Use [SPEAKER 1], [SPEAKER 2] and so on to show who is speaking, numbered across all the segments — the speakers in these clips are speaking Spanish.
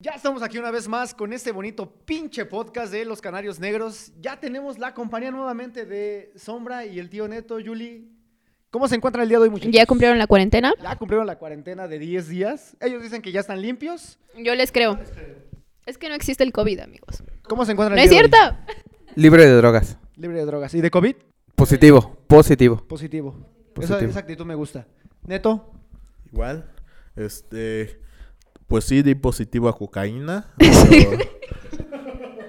[SPEAKER 1] Ya estamos aquí una vez más con este bonito pinche podcast de Los Canarios Negros. Ya tenemos la compañía nuevamente de Sombra y el tío Neto, Yuli. ¿Cómo se encuentran el día de hoy, muchachos?
[SPEAKER 2] ¿Ya cumplieron la cuarentena?
[SPEAKER 1] Ya cumplieron la cuarentena de 10 días. Ellos dicen que ya están limpios.
[SPEAKER 2] Yo les creo. Es que no existe el COVID, amigos.
[SPEAKER 1] ¿Cómo se encuentran
[SPEAKER 2] ¡No
[SPEAKER 1] el
[SPEAKER 2] es
[SPEAKER 1] día de
[SPEAKER 2] cierto!
[SPEAKER 1] hoy?
[SPEAKER 3] Libre de drogas.
[SPEAKER 1] Libre de drogas. ¿Y de COVID?
[SPEAKER 3] Positivo, positivo.
[SPEAKER 1] Positivo. Esa,
[SPEAKER 3] Positivo.
[SPEAKER 1] esa actitud me gusta. Neto,
[SPEAKER 4] Igual, este, pues sí di positivo a cocaína, pero,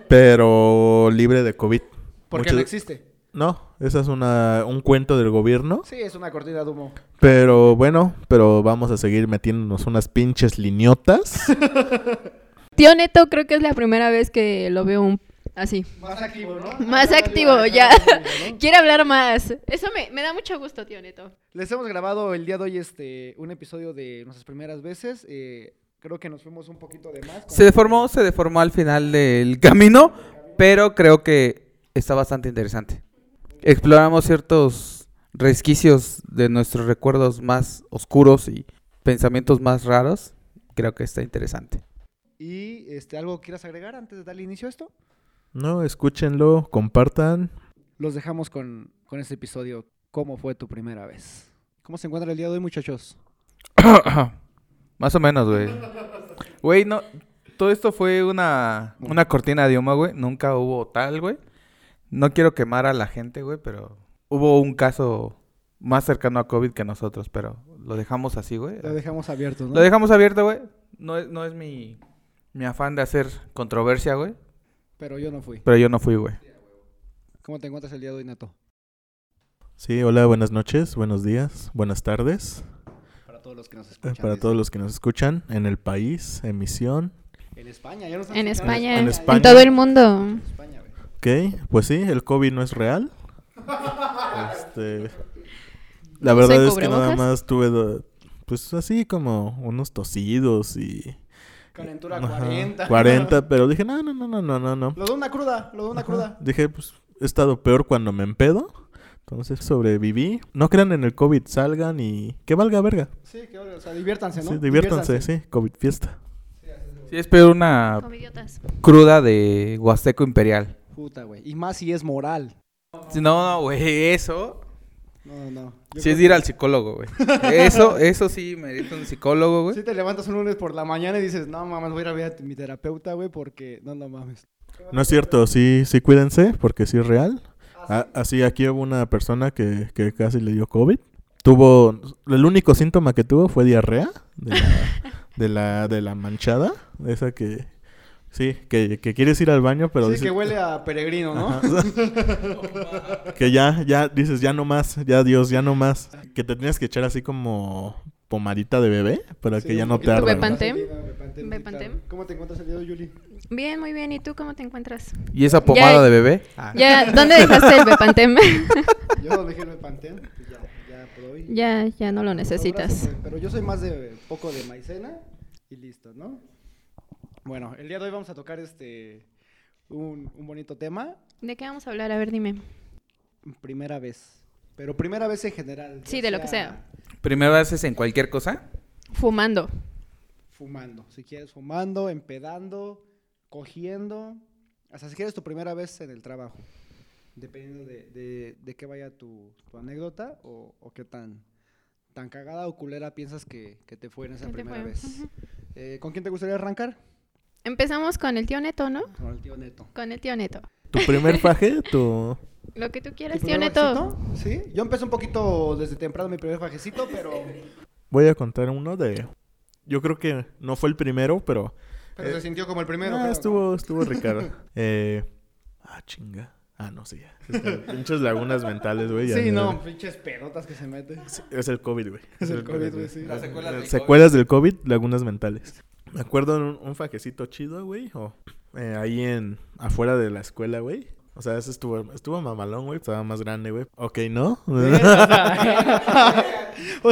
[SPEAKER 4] pero libre de COVID.
[SPEAKER 1] porque
[SPEAKER 4] Muchas-
[SPEAKER 1] no existe.
[SPEAKER 4] No, esa es una, un cuento del gobierno,
[SPEAKER 1] Sí, es una cortina de humo.
[SPEAKER 4] pero bueno, pero vamos a seguir metiéndonos unas pinches liniotas.
[SPEAKER 2] Tío Neto, creo que es la primera vez que lo veo un- así.
[SPEAKER 1] Más activo, ¿no?
[SPEAKER 2] Más activo, ya. Quiere hablar más. Eso me, me da mucho gusto, tío Neto.
[SPEAKER 1] Les hemos grabado el día de hoy este un episodio de nuestras primeras veces. eh, creo que nos fuimos un poquito de más.
[SPEAKER 3] Se deformó, se deformó al final del camino, pero creo que está bastante interesante. Exploramos ciertos resquicios de nuestros recuerdos más oscuros y pensamientos más raros. Creo que está interesante.
[SPEAKER 1] Y este, algo quieras agregar antes de darle inicio a esto.
[SPEAKER 4] No, escúchenlo, compartan.
[SPEAKER 1] Los dejamos con, con este episodio. ¿Cómo fue tu primera vez? ¿Cómo se encuentra el día de hoy, muchachos?
[SPEAKER 3] Más o menos, güey. Güey, no. Todo esto fue una, una cortina de humo, güey. Nunca hubo tal, güey. No quiero quemar a la gente, güey, pero hubo un caso más cercano a COVID que nosotros, pero lo dejamos así, güey.
[SPEAKER 1] Lo dejamos abierto, ¿no?
[SPEAKER 3] Lo dejamos abierto, güey. No es, no es mi, mi afán de hacer controversia, güey.
[SPEAKER 1] Pero yo no fui.
[SPEAKER 3] Pero yo no fui, güey.
[SPEAKER 1] ¿Cómo te encuentras el día de hoy, Nato?
[SPEAKER 4] Sí, hola, buenas noches, buenos días, buenas tardes
[SPEAKER 1] Para todos los que nos
[SPEAKER 4] eh,
[SPEAKER 1] escuchan.
[SPEAKER 4] para
[SPEAKER 1] desde-
[SPEAKER 4] todos los que nos escuchan en el país, en misión.
[SPEAKER 1] En España, ya nos están
[SPEAKER 2] En
[SPEAKER 1] escuchando.
[SPEAKER 2] España,
[SPEAKER 4] en
[SPEAKER 2] en,
[SPEAKER 4] España.
[SPEAKER 2] todo el mundo.
[SPEAKER 1] España, güey.
[SPEAKER 4] Ok, pues sí, el COVID no es real. Este, la
[SPEAKER 2] ¿Usan
[SPEAKER 4] verdad es que nada
[SPEAKER 2] cubrebocas?
[SPEAKER 4] más tuve, do- pues así como unos tosidos y...
[SPEAKER 1] Calentura
[SPEAKER 4] ajá,
[SPEAKER 1] 40.
[SPEAKER 4] 40, pero dije, no, no, no, no, no, no, no.
[SPEAKER 1] Lo de una cruda, lo de una cruda.
[SPEAKER 4] Dije, pues he estado peor cuando me empedo. Entonces sobreviví. No crean en el COVID, salgan y que valga verga.
[SPEAKER 1] Sí, que, o sea, diviértanse, ¿no?
[SPEAKER 4] Sí, diviértanse, sí, COVID fiesta.
[SPEAKER 3] Sí, es peor una
[SPEAKER 2] Como idiotas.
[SPEAKER 3] cruda de Huasteco Imperial.
[SPEAKER 1] Puta, güey. Y más si es moral.
[SPEAKER 3] No, no, güey, eso.
[SPEAKER 1] No, no. Yo
[SPEAKER 3] Sí
[SPEAKER 1] creo
[SPEAKER 3] es de ir al psicólogo, güey. Eso, eso sí merece un psicólogo,
[SPEAKER 1] que
[SPEAKER 3] güey.
[SPEAKER 1] Si te levantas un lunes por la mañana y dices, no mames, voy a ir a ver a mi terapeuta, güey, porque no, no mames.
[SPEAKER 4] No es cierto, sí, sí cuídense, porque sí es real. A- así aquí hubo una persona que, que casi le dio COVID. Tuvo, el único síntoma que tuvo fue diarrea de la, de la, de la manchada, esa que, sí, que, que quieres ir al baño, pero
[SPEAKER 1] sí,
[SPEAKER 4] dices-
[SPEAKER 1] que huele a peregrino, ¿no?
[SPEAKER 4] Ajá, o sea, que ya, ya dices, ya no más, ya Dios, ya no más. Que te tienes que echar así como pomadita de bebé para
[SPEAKER 1] Sí,
[SPEAKER 4] que ya
[SPEAKER 1] un
[SPEAKER 4] no
[SPEAKER 1] poquito.
[SPEAKER 4] te arda.
[SPEAKER 2] Tuve
[SPEAKER 4] ¿no?
[SPEAKER 2] Bepantem.
[SPEAKER 1] Bepantem,
[SPEAKER 2] Bepantem.
[SPEAKER 1] claro. ¿Cómo te encuentras el día de hoy, Yuli?
[SPEAKER 2] Bien, muy bien. ¿Y tú cómo te encuentras?
[SPEAKER 3] ¿Y esa pomada
[SPEAKER 2] Ya-
[SPEAKER 3] de bebé?
[SPEAKER 2] Ya, ¿dónde dejaste el Bepantem?
[SPEAKER 1] Yo dejé el Bepantem, pues ya, ya por hoy.
[SPEAKER 2] ya, ya no lo
[SPEAKER 1] Abrazo,
[SPEAKER 2] necesitas.
[SPEAKER 1] güey, Pero yo soy más de poco de maicena y listo, ¿no? Bueno, el día de hoy vamos a tocar este un, un bonito tema.
[SPEAKER 2] ¿De qué vamos a hablar? A ver, dime.
[SPEAKER 1] Primera vez. Pero primera vez en general. ya
[SPEAKER 2] Sí, de lo que sea.
[SPEAKER 3] ¿Primero haces en cualquier cosa?
[SPEAKER 2] Fumando.
[SPEAKER 1] fumando. Si quieres fumando, empedando, cogiendo. Hasta si quieres tu primera vez en el trabajo. Dependiendo de, de- de qué vaya tu, tu anécdota o, o qué tan, tan cagada o culera piensas que, que te fue en esa
[SPEAKER 2] Que te
[SPEAKER 1] primera
[SPEAKER 2] fue,
[SPEAKER 1] vez.
[SPEAKER 2] ujú.
[SPEAKER 1] Eh, ¿Con quién te gustaría arrancar?
[SPEAKER 2] Empezamos con el tío Neto, ¿no?
[SPEAKER 1] Con el tío Neto.
[SPEAKER 2] Con el tío Neto.
[SPEAKER 4] Tu primer faje, tu...
[SPEAKER 2] Lo que tú
[SPEAKER 1] ¿Tu
[SPEAKER 2] quieras, tío
[SPEAKER 1] primer
[SPEAKER 2] Neto.
[SPEAKER 1] fajecito? Sí, yo empecé un poquito desde temprano mi primer fajecito, pero,
[SPEAKER 4] Voy a contar uno de... Yo creo que no fue el primero, pero...
[SPEAKER 1] pero
[SPEAKER 4] Eh,
[SPEAKER 1] se sintió como el primero.
[SPEAKER 4] ah,
[SPEAKER 1] creo, ¿no?
[SPEAKER 4] estuvo, estuvo Ricardo. eh, ah, chinga. Ah, no, sí. ya. Está- Pinches lagunas mentales, güey. ya
[SPEAKER 1] Sí,
[SPEAKER 4] ni-
[SPEAKER 1] no, pinches pedotas que se meten.
[SPEAKER 4] Es el COVID, güey.
[SPEAKER 1] Es el COVID, güey, sí.
[SPEAKER 3] Las secuelas del
[SPEAKER 4] Secuelas del COVID, lagunas mentales. Me acuerdo en un, un fajecito chido, güey, o eh, ahí en afuera de la escuela, güey. O sea, ese estuvo, estuvo mamalón, güey. Estaba más grande, güey. Ok, ¿no?
[SPEAKER 1] o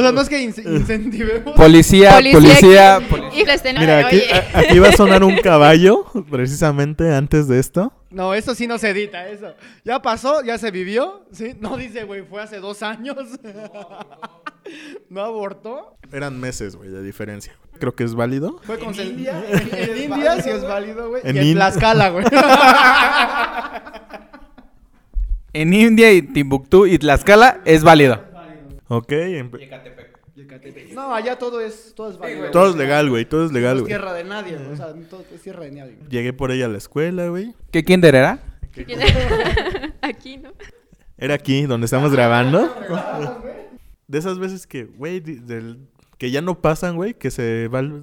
[SPEAKER 1] sea, no es que ince- incentivemos.
[SPEAKER 3] Policía, policía, policía.
[SPEAKER 2] Híjole, este no
[SPEAKER 4] Mira,
[SPEAKER 2] era,
[SPEAKER 4] aquí, ah,
[SPEAKER 2] oye.
[SPEAKER 4] a- aquí va a sonar un caballo, precisamente antes de esto.
[SPEAKER 1] No, eso sí no se edita, eso. Ya pasó, ya se vivió, ¿sí? No dice, güey, fue hace dos años. No abortó.
[SPEAKER 4] Eran meses, güey, de diferencia. Creo que es válido.
[SPEAKER 1] Fue con
[SPEAKER 5] En
[SPEAKER 1] sen-
[SPEAKER 5] India,
[SPEAKER 1] En,
[SPEAKER 5] en
[SPEAKER 1] en
[SPEAKER 5] válido,
[SPEAKER 1] India sí es
[SPEAKER 5] güey.
[SPEAKER 1] válido, güey.
[SPEAKER 4] En
[SPEAKER 1] y en
[SPEAKER 4] Ind-
[SPEAKER 1] Tlaxcala, güey.
[SPEAKER 3] En India y Timbuktu y Tlaxcala es válido.
[SPEAKER 4] Ok. em-
[SPEAKER 1] No, allá todo es, todo es válido.
[SPEAKER 4] Todo es
[SPEAKER 1] güey.
[SPEAKER 4] legal, güey. Todo es
[SPEAKER 1] No
[SPEAKER 4] legal,
[SPEAKER 1] es
[SPEAKER 4] güey.
[SPEAKER 1] tierra de nadie, güey. O sea, todo es tierra de nadie. güey.
[SPEAKER 4] Llegué por ella a la escuela, güey.
[SPEAKER 3] ¿Qué kinder era?
[SPEAKER 2] Aquí, ¿no?
[SPEAKER 4] Era aquí donde estamos grabando. De esas veces que, güey, di- del- que ya no pasan, güey, que se va l-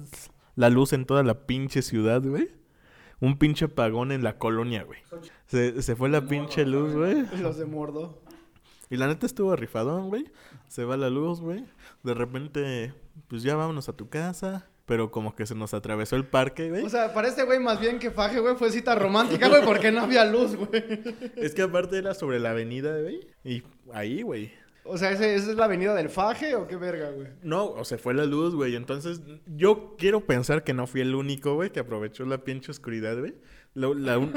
[SPEAKER 4] la luz en toda la pinche ciudad, güey. Un pinche apagón en la colonia, güey. Se, se fue la pinche luz, güey.
[SPEAKER 1] Los de Mordo.
[SPEAKER 4] Y la neta estuvo rifadón, güey. Se va la luz, güey. De repente, pues ya vámonos a tu casa. Pero como que se nos atravesó el parque, güey.
[SPEAKER 1] O sea, para este güey más bien que faje, güey, fue cita romántica, güey, porque no había luz, güey.
[SPEAKER 4] es que aparte era sobre la avenida, güey. Y ahí, güey.
[SPEAKER 1] O sea, ¿ese- ¿esa es la avenida del faje o qué verga, güey?
[SPEAKER 4] No, o se fue la luz, güey. Entonces, yo quiero pensar que no fui el único, güey, que aprovechó la pinche oscuridad, güey. La, la un-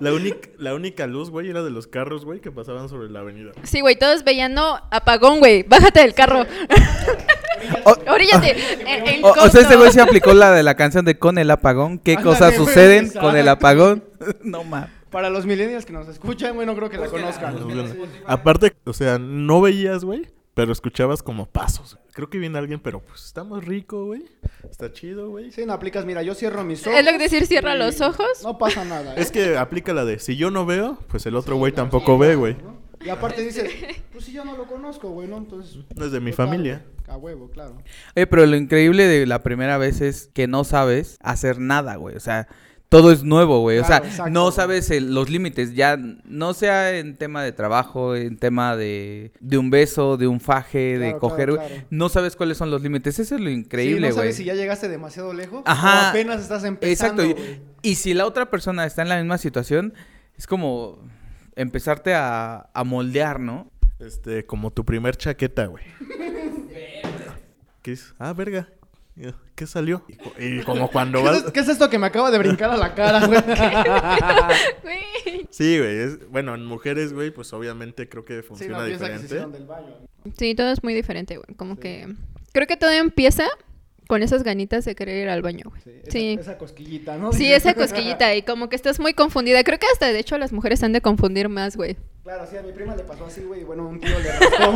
[SPEAKER 4] la única, la única luz, güey, era de los carros, güey, que pasaban sobre la avenida.
[SPEAKER 2] Sí, güey, todos veían, no, apagón, güey, bájate del carro. Oríllate. en- en
[SPEAKER 3] O, o sea, este
[SPEAKER 2] corto.
[SPEAKER 3] güey se aplicó la de la canción de Con el apagón. ¿Qué
[SPEAKER 1] Ándale,
[SPEAKER 3] cosas
[SPEAKER 1] güey,
[SPEAKER 3] suceden
[SPEAKER 1] exacto.
[SPEAKER 3] con el apagón? no mames.
[SPEAKER 1] Para los millennials que nos escuchan, güey, no creo que la conozcan.
[SPEAKER 4] Los
[SPEAKER 1] güey.
[SPEAKER 4] viola- Aparte, o sea, no veías, güey, pero escuchabas como pasos. Creo que viene alguien, pero pues estamos rico, güey. Está chido, güey.
[SPEAKER 1] Sí, no aplicas, mira, yo cierro mis ojos.
[SPEAKER 2] Es lo que decir, cierra
[SPEAKER 1] y
[SPEAKER 2] los ojos.
[SPEAKER 1] No pasa nada. ¿eh?
[SPEAKER 4] Es que aplica la de, si yo no veo, pues el otro güey tampoco ve, güey.
[SPEAKER 1] ¿no? Y aparte dices, pues si yo no lo conozco, güey, ¿no? Entonces.
[SPEAKER 4] No es de mi
[SPEAKER 1] total,
[SPEAKER 4] familia.
[SPEAKER 1] güey, A huevo, claro.
[SPEAKER 3] Oye, pero lo increíble de la primera vez es que no sabes hacer nada, güey. O sea, todo es nuevo, güey. o
[SPEAKER 1] Claro,
[SPEAKER 3] sea,
[SPEAKER 1] exacto,
[SPEAKER 3] no
[SPEAKER 1] güey.
[SPEAKER 3] sabes el- los límites. Ya, no sea en tema de trabajo, en tema de, de un beso, de un faje, de
[SPEAKER 1] Claro, claro,
[SPEAKER 3] coger, güey.
[SPEAKER 1] claro.
[SPEAKER 3] No sabes cuáles son los límites. Eso es lo increíble,
[SPEAKER 1] Sí, no
[SPEAKER 3] güey.
[SPEAKER 1] sabes si ya llegaste demasiado lejos.
[SPEAKER 3] Ajá.
[SPEAKER 1] O apenas estás
[SPEAKER 3] Exacto.
[SPEAKER 1] empezando.
[SPEAKER 3] y-
[SPEAKER 1] güey.
[SPEAKER 3] Y, si la otra persona está en la misma situación, es como empezarte a, a moldear, ¿no?
[SPEAKER 4] Este, como tu primer chaqueta, güey. ¿Qué es? Ah, verga. ¿Qué salió? Y, co- y como cuando
[SPEAKER 1] ¿Qué,
[SPEAKER 4] vas...
[SPEAKER 1] es, qué es esto que me acaba de brincar a la cara, güey?
[SPEAKER 2] Güey.
[SPEAKER 4] Sí, güey. es- Bueno, en mujeres, güey, pues obviamente creo que
[SPEAKER 1] Sí, no
[SPEAKER 4] funciona
[SPEAKER 1] piensa que se
[SPEAKER 4] diferente.
[SPEAKER 1] hicieron del baño.
[SPEAKER 2] Sí, todo es muy diferente, güey. Como que. Creo que todo empieza con esas ganitas de querer ir al baño, güey.
[SPEAKER 1] Sí. Esa,
[SPEAKER 2] Sí.
[SPEAKER 1] esa cosquillita, ¿no?
[SPEAKER 2] Sí, esa cosquillita y como que estás muy confundida. Creo que hasta de hecho las mujeres han de confundir más, güey.
[SPEAKER 1] Claro, sí, a mi prima le pasó así, güey, y bueno, un tío le raspó.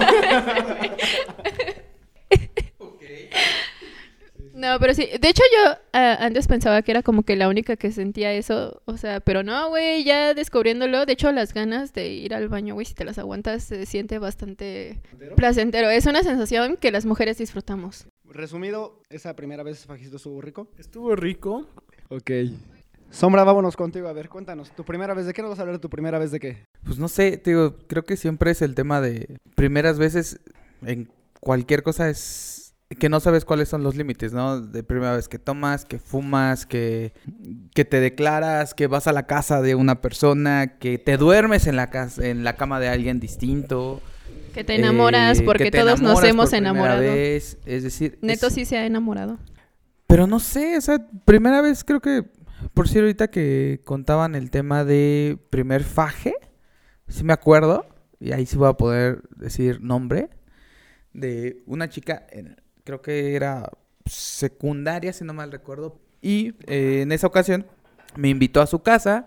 [SPEAKER 2] No, pero sí. De hecho, yo ah, antes pensaba que era como que la única que sentía eso. O sea, pero no, güey, ya descubriéndolo. De hecho, las ganas de ir al baño, güey, si te las aguantas, se siente bastante placentero. Es una sensación que las mujeres disfrutamos.
[SPEAKER 1] Resumido, esa primera vez fajito estuvo rico.
[SPEAKER 4] Estuvo rico.
[SPEAKER 1] Ok. Sombra, vámonos contigo. A ver, cuéntanos. ¿Tu primera vez de qué nos vas a hablar? ¿Tu primera vez de qué?
[SPEAKER 3] Pues no sé, te digo, creo que siempre es el tema de primeras veces en cualquier cosa es que no sabes cuáles son los límites, ¿no? De primera vez que tomas, que fumas, que, que te declaras, que vas a la casa de una persona, que te duermes en la, casa, en la cama de alguien distinto.
[SPEAKER 2] Que te enamoras
[SPEAKER 3] eh,
[SPEAKER 2] porque
[SPEAKER 3] que te
[SPEAKER 2] todos nos
[SPEAKER 3] enamoras
[SPEAKER 2] hemos
[SPEAKER 3] por primera
[SPEAKER 2] enamorado.
[SPEAKER 3] vez, es decir,
[SPEAKER 2] Neto
[SPEAKER 3] es-
[SPEAKER 2] sí se ha enamorado.
[SPEAKER 3] Pero no sé, o sea, primera vez creo que, por cierto, ahorita que contaban el tema de primer faje, sí me acuerdo, y ahí sí voy a poder decir nombre, de una chica, en- creo que era secundaria, si no mal recuerdo, y eh, en esa ocasión me invitó a su casa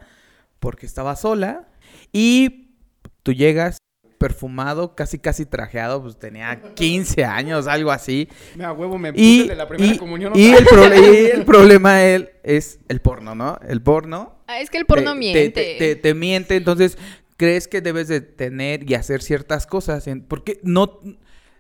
[SPEAKER 3] porque estaba sola y tú llegas perfumado, casi casi trajeado, pues tenía 15 años, algo así.
[SPEAKER 1] Me a huevo, me
[SPEAKER 3] Y,
[SPEAKER 1] puse de la primera
[SPEAKER 3] y-
[SPEAKER 1] comunión.
[SPEAKER 3] y
[SPEAKER 1] otra
[SPEAKER 3] el
[SPEAKER 1] vez.
[SPEAKER 3] proble- y el problema él es el porno, ¿no? El porno.
[SPEAKER 2] Ah, es que el porno
[SPEAKER 3] te-
[SPEAKER 2] miente.
[SPEAKER 3] Te, te- te miente, entonces crees que debes de tener y hacer ciertas cosas, en- porque no,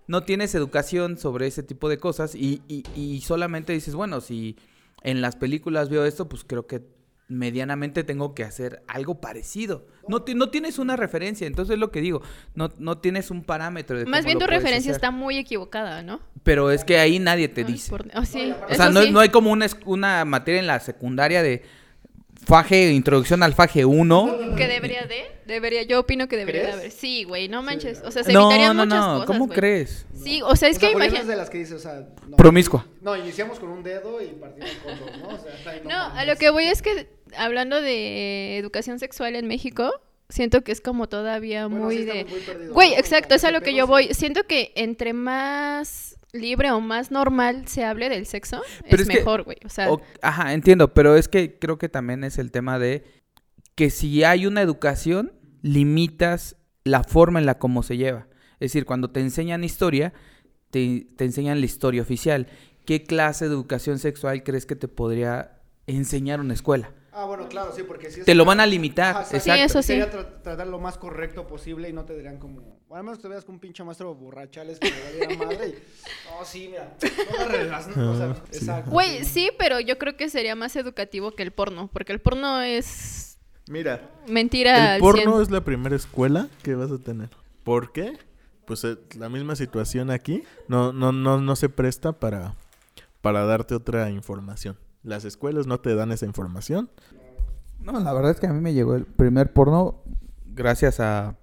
[SPEAKER 3] no tienes educación sobre ese tipo de cosas y, y- y solamente dices, bueno, si en las películas veo esto, pues creo que medianamente tengo que hacer algo parecido. No, ti- no tienes una referencia, entonces es lo que digo, no, no tienes un parámetro de
[SPEAKER 2] Más
[SPEAKER 3] cómo
[SPEAKER 2] bien
[SPEAKER 3] lo
[SPEAKER 2] tu
[SPEAKER 3] puedes
[SPEAKER 2] referencia
[SPEAKER 3] hacer.
[SPEAKER 2] está muy equivocada, ¿no?
[SPEAKER 3] Pero es que ahí nadie te
[SPEAKER 2] No, el
[SPEAKER 3] dice.
[SPEAKER 2] porno- oh, sí,
[SPEAKER 3] O sea,
[SPEAKER 2] eso
[SPEAKER 3] no,
[SPEAKER 2] sí.
[SPEAKER 3] no hay como una, es- una materia en la secundaria de faje, introducción al faje 1.
[SPEAKER 2] Que debería de, debería, yo opino que debería
[SPEAKER 1] ¿Crees?
[SPEAKER 2] de haber. Sí, güey, no manches. O sea, se
[SPEAKER 3] No,
[SPEAKER 2] evitarían
[SPEAKER 3] no,
[SPEAKER 2] muchas
[SPEAKER 3] no,
[SPEAKER 2] cosas.
[SPEAKER 3] ¿cómo
[SPEAKER 2] güey.
[SPEAKER 3] crees?
[SPEAKER 2] Sí, o sea, es
[SPEAKER 1] O
[SPEAKER 2] que
[SPEAKER 1] sea, porque
[SPEAKER 2] imagina-
[SPEAKER 1] es de las que dices, o sea, no,
[SPEAKER 3] Promiscua.
[SPEAKER 1] No, iniciamos con un dedo y partimos con dos, ¿no? O sea, está ahí,
[SPEAKER 2] No, a
[SPEAKER 1] mames.
[SPEAKER 2] lo que voy es que hablando de educación sexual en México, siento que es como todavía
[SPEAKER 1] Bueno, sí
[SPEAKER 2] muy
[SPEAKER 1] estamos
[SPEAKER 2] de
[SPEAKER 1] muy perdidos,
[SPEAKER 2] Güey,
[SPEAKER 1] ¿no?
[SPEAKER 2] exacto, es a
[SPEAKER 1] Como
[SPEAKER 2] lo que
[SPEAKER 1] pendejos,
[SPEAKER 2] yo
[SPEAKER 1] sí.
[SPEAKER 2] voy. Siento que entre más libre o más normal se hable del sexo,
[SPEAKER 3] Pero
[SPEAKER 2] es,
[SPEAKER 3] es que-
[SPEAKER 2] mejor, güey. O sea,
[SPEAKER 3] O- ajá, entiendo, pero es que creo que también es el tema de que si hay una educación, limitas la forma en la como se lleva. Es decir, cuando te enseñan historia, te, te enseñan la historia oficial. ¿Qué clase de educación sexual crees que te podría enseñar una escuela?
[SPEAKER 1] Ah, bueno, claro, sí, porque si es-
[SPEAKER 3] Te lo van a limitar,
[SPEAKER 1] Ajá,
[SPEAKER 3] exacto.
[SPEAKER 2] Sí, eso sí.
[SPEAKER 1] Sería tra- tratar lo más correcto posible y no te dirán como. O al menos te veas con un pinche maestro borrachales que le valiera madre y. Oh, sí, mira. No me relajas, ¿no? O sea,
[SPEAKER 4] Ah, sí.
[SPEAKER 1] exacto.
[SPEAKER 2] Güey, sí, pero yo creo que sería más educativo que el porno, porque el porno es
[SPEAKER 4] Mira,
[SPEAKER 1] Ah,
[SPEAKER 2] mentira
[SPEAKER 4] El
[SPEAKER 2] al
[SPEAKER 4] porno
[SPEAKER 2] 100.
[SPEAKER 4] es la primera escuela que vas a tener. ¿Por qué? Pues eh, la misma situación aquí no, no, no, no se presta para, para darte otra información. Las escuelas no te dan esa información.
[SPEAKER 3] No, la verdad es que a mí me llegó el primer porno gracias a
[SPEAKER 1] A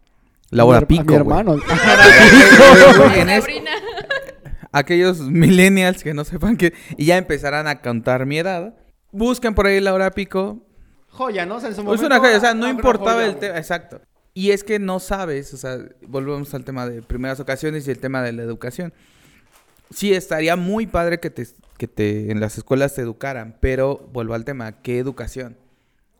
[SPEAKER 3] la
[SPEAKER 1] mi
[SPEAKER 3] hora
[SPEAKER 1] her-
[SPEAKER 3] pico.
[SPEAKER 1] A mi
[SPEAKER 3] güey.
[SPEAKER 1] hermano.
[SPEAKER 3] En es-
[SPEAKER 2] Sabrina.
[SPEAKER 3] aquellos millennials que no sepan que y ya empezarán a contar mi edad. Busquen por ahí la hora pico.
[SPEAKER 1] joya, ¿no? O sea, en su
[SPEAKER 3] Es
[SPEAKER 1] momento.
[SPEAKER 3] una joya, o sea,
[SPEAKER 1] ah,
[SPEAKER 3] no
[SPEAKER 1] una
[SPEAKER 3] importaba
[SPEAKER 1] joya,
[SPEAKER 3] el
[SPEAKER 1] güey.
[SPEAKER 3] tema, exacto. Y es que no sabes, o sea, volvemos al tema de primeras ocasiones y el tema de la educación. Sí, estaría muy padre que te, que te en las escuelas te educaran, pero vuelvo al tema, ¿qué educación?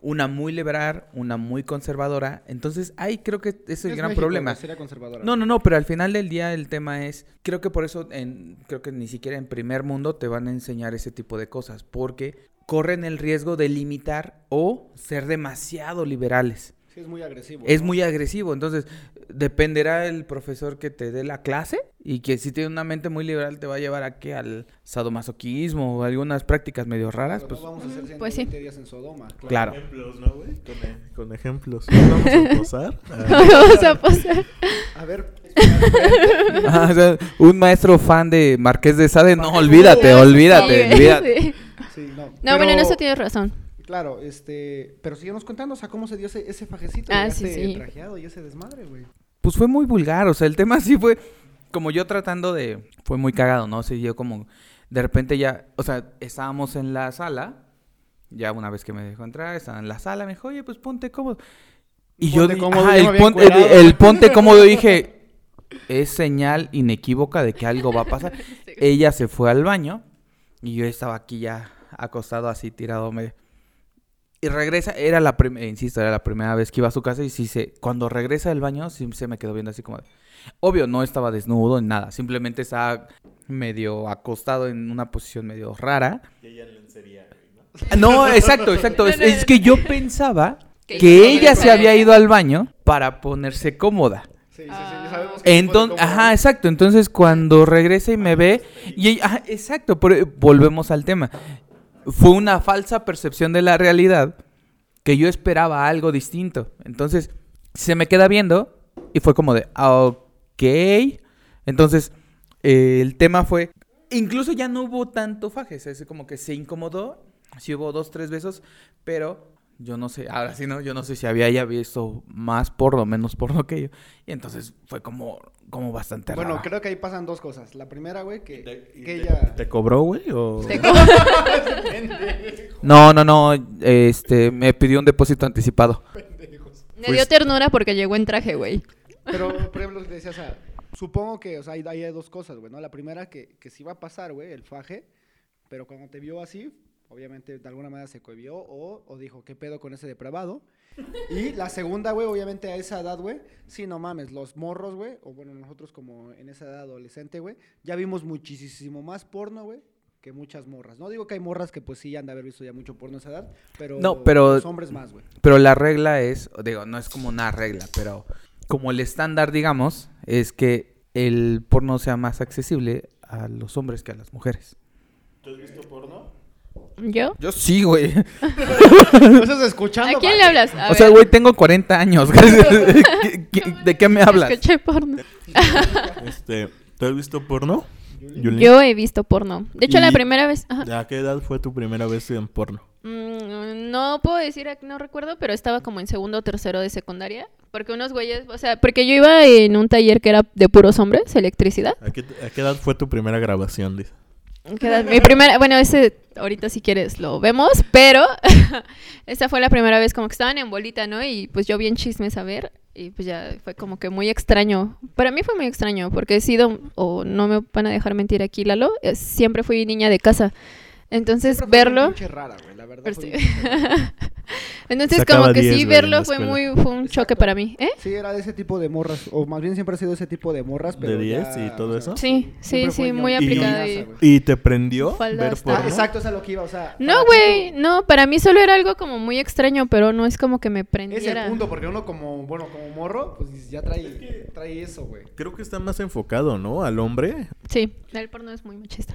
[SPEAKER 3] Una muy liberal, una muy conservadora. Entonces, ahí creo que es el
[SPEAKER 1] Es
[SPEAKER 3] gran
[SPEAKER 1] México,
[SPEAKER 3] problema.
[SPEAKER 1] güey, Sería conservadora.
[SPEAKER 3] No, no, no, pero al final del día el tema es, creo que por eso, en, creo que ni siquiera en primer mundo te van a enseñar ese tipo de cosas, porque corren el riesgo de limitar o ser demasiado liberales.
[SPEAKER 1] Sí, es muy agresivo.
[SPEAKER 3] Es
[SPEAKER 1] ¿no?
[SPEAKER 3] muy agresivo, entonces dependerá el profesor que te dé la clase y que si tiene una mente muy liberal te va a llevar a que al sadomasoquismo o algunas prácticas medio raras,
[SPEAKER 1] Pero
[SPEAKER 3] pues
[SPEAKER 1] no vamos a hacer
[SPEAKER 2] Mm, pues sí.
[SPEAKER 1] 120 días en Sodoma.
[SPEAKER 3] claro.
[SPEAKER 4] ejemplos, ¿no, güey? Con, e- con ejemplos. Vamos a posar. Ah,
[SPEAKER 2] Vamos a pasar.
[SPEAKER 1] A ver.
[SPEAKER 3] Ajá, o sea, un maestro fan de Marqués de Sade, no,
[SPEAKER 2] Sí,
[SPEAKER 3] olvídate, olvídate,
[SPEAKER 2] güey,
[SPEAKER 3] olvídate.
[SPEAKER 2] sí.
[SPEAKER 1] Sí, no.
[SPEAKER 2] No, bueno, en eso tienes razón.
[SPEAKER 1] Claro, este. Pero síguenos contando, o sea, cómo se dio ese, ese fajecito.
[SPEAKER 2] Ah,
[SPEAKER 1] y
[SPEAKER 2] sí,
[SPEAKER 1] ese
[SPEAKER 2] sí.
[SPEAKER 1] trajeado y ese desmadre, güey.
[SPEAKER 3] pues fue muy vulgar, o sea, el tema sí fue como yo tratando de fue muy cagado, ¿no? O sea, yo como de repente ya, o sea, estábamos en la sala, ya una vez que me dejó entrar, estaba en la sala, me dijo, "Oye, pues ponte cómodo." Y yo
[SPEAKER 1] Ponte
[SPEAKER 3] di-
[SPEAKER 1] cómodo,
[SPEAKER 3] ajá,
[SPEAKER 1] yo
[SPEAKER 3] el,
[SPEAKER 1] me había
[SPEAKER 3] pon- el-
[SPEAKER 1] encuerado.
[SPEAKER 3] el ponte cómodo dije, es señal inequívoca de que algo va a pasar. Ella se fue al baño y yo estaba aquí ya acostado así tirado medio. Y regresa, era la primera, insisto, era la primera vez que iba a su casa y sí se, cuando regresa del baño sí se me quedó viendo así como, de- obvio, no estaba desnudo en nada, simplemente estaba medio acostado en una posición medio rara. No, exacto, exacto, es,
[SPEAKER 2] No, no,
[SPEAKER 3] es
[SPEAKER 2] no,
[SPEAKER 3] que yo pensaba
[SPEAKER 2] Que
[SPEAKER 3] que,
[SPEAKER 2] ella
[SPEAKER 3] ella se
[SPEAKER 2] estaba-
[SPEAKER 3] había ido al baño para ponerse cómoda.
[SPEAKER 1] Sí, sí, sí,
[SPEAKER 2] Ah.
[SPEAKER 1] ya sabemos que
[SPEAKER 3] Entonces,
[SPEAKER 1] tipo de
[SPEAKER 3] ajá, exacto. Entonces, cuando regresa y me ve, y ella- ajá, exacto, pero volvemos al tema. Fue una falsa percepción de la realidad que yo esperaba algo distinto. Entonces, se me queda viendo y fue como de, "Ah, ok. Entonces, eh, el tema fue, incluso ya no hubo tanto fajes, es como que se incomodó, sí hubo dos, tres besos, pero yo no sé, ahora sí no, yo no sé si había ya visto más porno, menos porno que yo. Y entonces fue como, como bastante raro.
[SPEAKER 1] Bueno, creo que ahí pasan dos cosas. La primera, güey, que,
[SPEAKER 4] ¿y
[SPEAKER 1] que
[SPEAKER 4] te-
[SPEAKER 1] ella...
[SPEAKER 4] ¿Te cobró, güey? O...
[SPEAKER 2] Te-
[SPEAKER 3] No, no, no, este, me pidió un depósito anticipado.
[SPEAKER 2] Me
[SPEAKER 3] Pues-
[SPEAKER 2] dio ternura porque llegó en traje, güey.
[SPEAKER 1] Pero, por ejemplo, lo que decías, o sea, supongo que, o sea, ahí ahí hay dos cosas, güey, ¿no? La primera, que, que sí va a pasar, güey, el faje, pero cuando te vio así, obviamente, de alguna manera se cohibió o, o dijo, ¿qué pedo con ese depravado? Y la segunda, güey, obviamente a esa edad, güey, sí, no mames, los morros, güey, o bueno, nosotros como en esa edad adolescente, güey, ya vimos muchísimo más porno, güey, que muchas morras. No digo que hay morras que pues sí han de haber visto ya mucho porno a esa edad, pero,
[SPEAKER 3] No, pero-
[SPEAKER 1] los hombres más, güey.
[SPEAKER 3] Pero la regla es, digo, no es como una regla, pero como el estándar, digamos, es que el porno sea más accesible a los hombres que a las mujeres.
[SPEAKER 4] ¿Tú has visto porno?
[SPEAKER 2] ¿Yo?
[SPEAKER 3] Yo sí, güey.
[SPEAKER 1] ¿No estás escuchando?
[SPEAKER 2] ¿A quién le
[SPEAKER 1] vale?
[SPEAKER 2] hablas? A
[SPEAKER 3] O sea,
[SPEAKER 2] ver,
[SPEAKER 3] güey, tengo 40 años. ¿Qué- qué- ¿De qué me hablas?
[SPEAKER 2] Escuché porno.
[SPEAKER 4] Este, ¿Tú has visto porno? Yuli?
[SPEAKER 2] Yo he visto porno. De hecho, la
[SPEAKER 4] Y-
[SPEAKER 2] primera vez. ajá.
[SPEAKER 4] ¿A qué edad fue tu primera vez en porno?
[SPEAKER 2] Mm, No puedo decir, ac- no recuerdo, pero estaba como en segundo o tercero de secundaria. Porque unos güeyes, o sea, porque yo iba en un taller que era de puros hombres, electricidad.
[SPEAKER 4] ¿A qué, a qué edad fue tu primera grabación, dice?
[SPEAKER 2] Que era Mi primera, bueno, ese ahorita si quieres lo vemos, pero esta fue la primera vez como que estaban en bolita, ¿no? Y pues yo bien chisme a ver. Y pues ya fue como que muy extraño. Para mí fue muy extraño porque he sido, o no me van a dejar mentir aquí, Lalo, eh, siempre fui niña de casa. Entonces
[SPEAKER 1] Siempre fue una
[SPEAKER 2] verlo...
[SPEAKER 1] pinche rara, güey, la verdad.
[SPEAKER 2] Pero
[SPEAKER 1] fue
[SPEAKER 2] sí.
[SPEAKER 1] bien pinche rara.
[SPEAKER 2] Entonces
[SPEAKER 4] Sacaba
[SPEAKER 2] como que
[SPEAKER 4] 10,
[SPEAKER 2] sí
[SPEAKER 4] güey, en la
[SPEAKER 2] verlo fue muy
[SPEAKER 4] escuela.
[SPEAKER 2] fue un choque
[SPEAKER 1] Exacto.
[SPEAKER 2] para mí. ¿Eh?
[SPEAKER 1] Sí, era de ese tipo de morras, o más bien siempre ha sido ese tipo de morras, pero
[SPEAKER 4] ¿De 10
[SPEAKER 1] ya,
[SPEAKER 4] y todo
[SPEAKER 1] o sea,
[SPEAKER 4] eso?
[SPEAKER 2] Sí, sí,
[SPEAKER 1] siempre fue
[SPEAKER 2] sí, muy
[SPEAKER 1] ñoña.
[SPEAKER 2] aplicada.
[SPEAKER 1] Y-
[SPEAKER 2] y-
[SPEAKER 4] ¿Y te prendió
[SPEAKER 2] Falda
[SPEAKER 4] ver
[SPEAKER 2] hasta-
[SPEAKER 1] Ah,
[SPEAKER 4] porno?
[SPEAKER 1] exacto, es a lo que iba, o sea.
[SPEAKER 2] No,
[SPEAKER 1] para
[SPEAKER 2] güey,
[SPEAKER 1] ti
[SPEAKER 2] no, para mí solo era algo como muy extraño, pero no es como que
[SPEAKER 1] tú-
[SPEAKER 2] me
[SPEAKER 1] Es el
[SPEAKER 2] prendiera.
[SPEAKER 1] punto, porque uno como, bueno, como morro, pues ya trae, trae eso, güey.
[SPEAKER 4] Creo que está más enfocado, ¿no? Al hombre.
[SPEAKER 2] Sí, el porno es muy machista.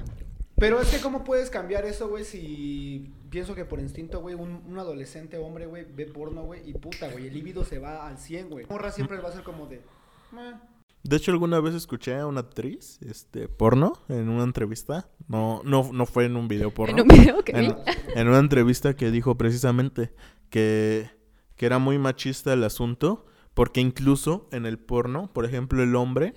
[SPEAKER 1] Pero es que cómo puedes cambiar eso, güey, si pienso que por instinto, güey, un, un adolescente hombre, güey, ve porno, güey, y puta, güey, el líbido se va al 100, güey. Morra siempre va a ser como de... "Meh".
[SPEAKER 4] De hecho, alguna vez escuché a una actriz este, porno en una entrevista. No, no, no fue en un video porno.
[SPEAKER 2] En un video que vi.
[SPEAKER 4] en, en una entrevista que dijo precisamente que, que era muy machista el asunto, porque incluso en el porno, por ejemplo, el hombre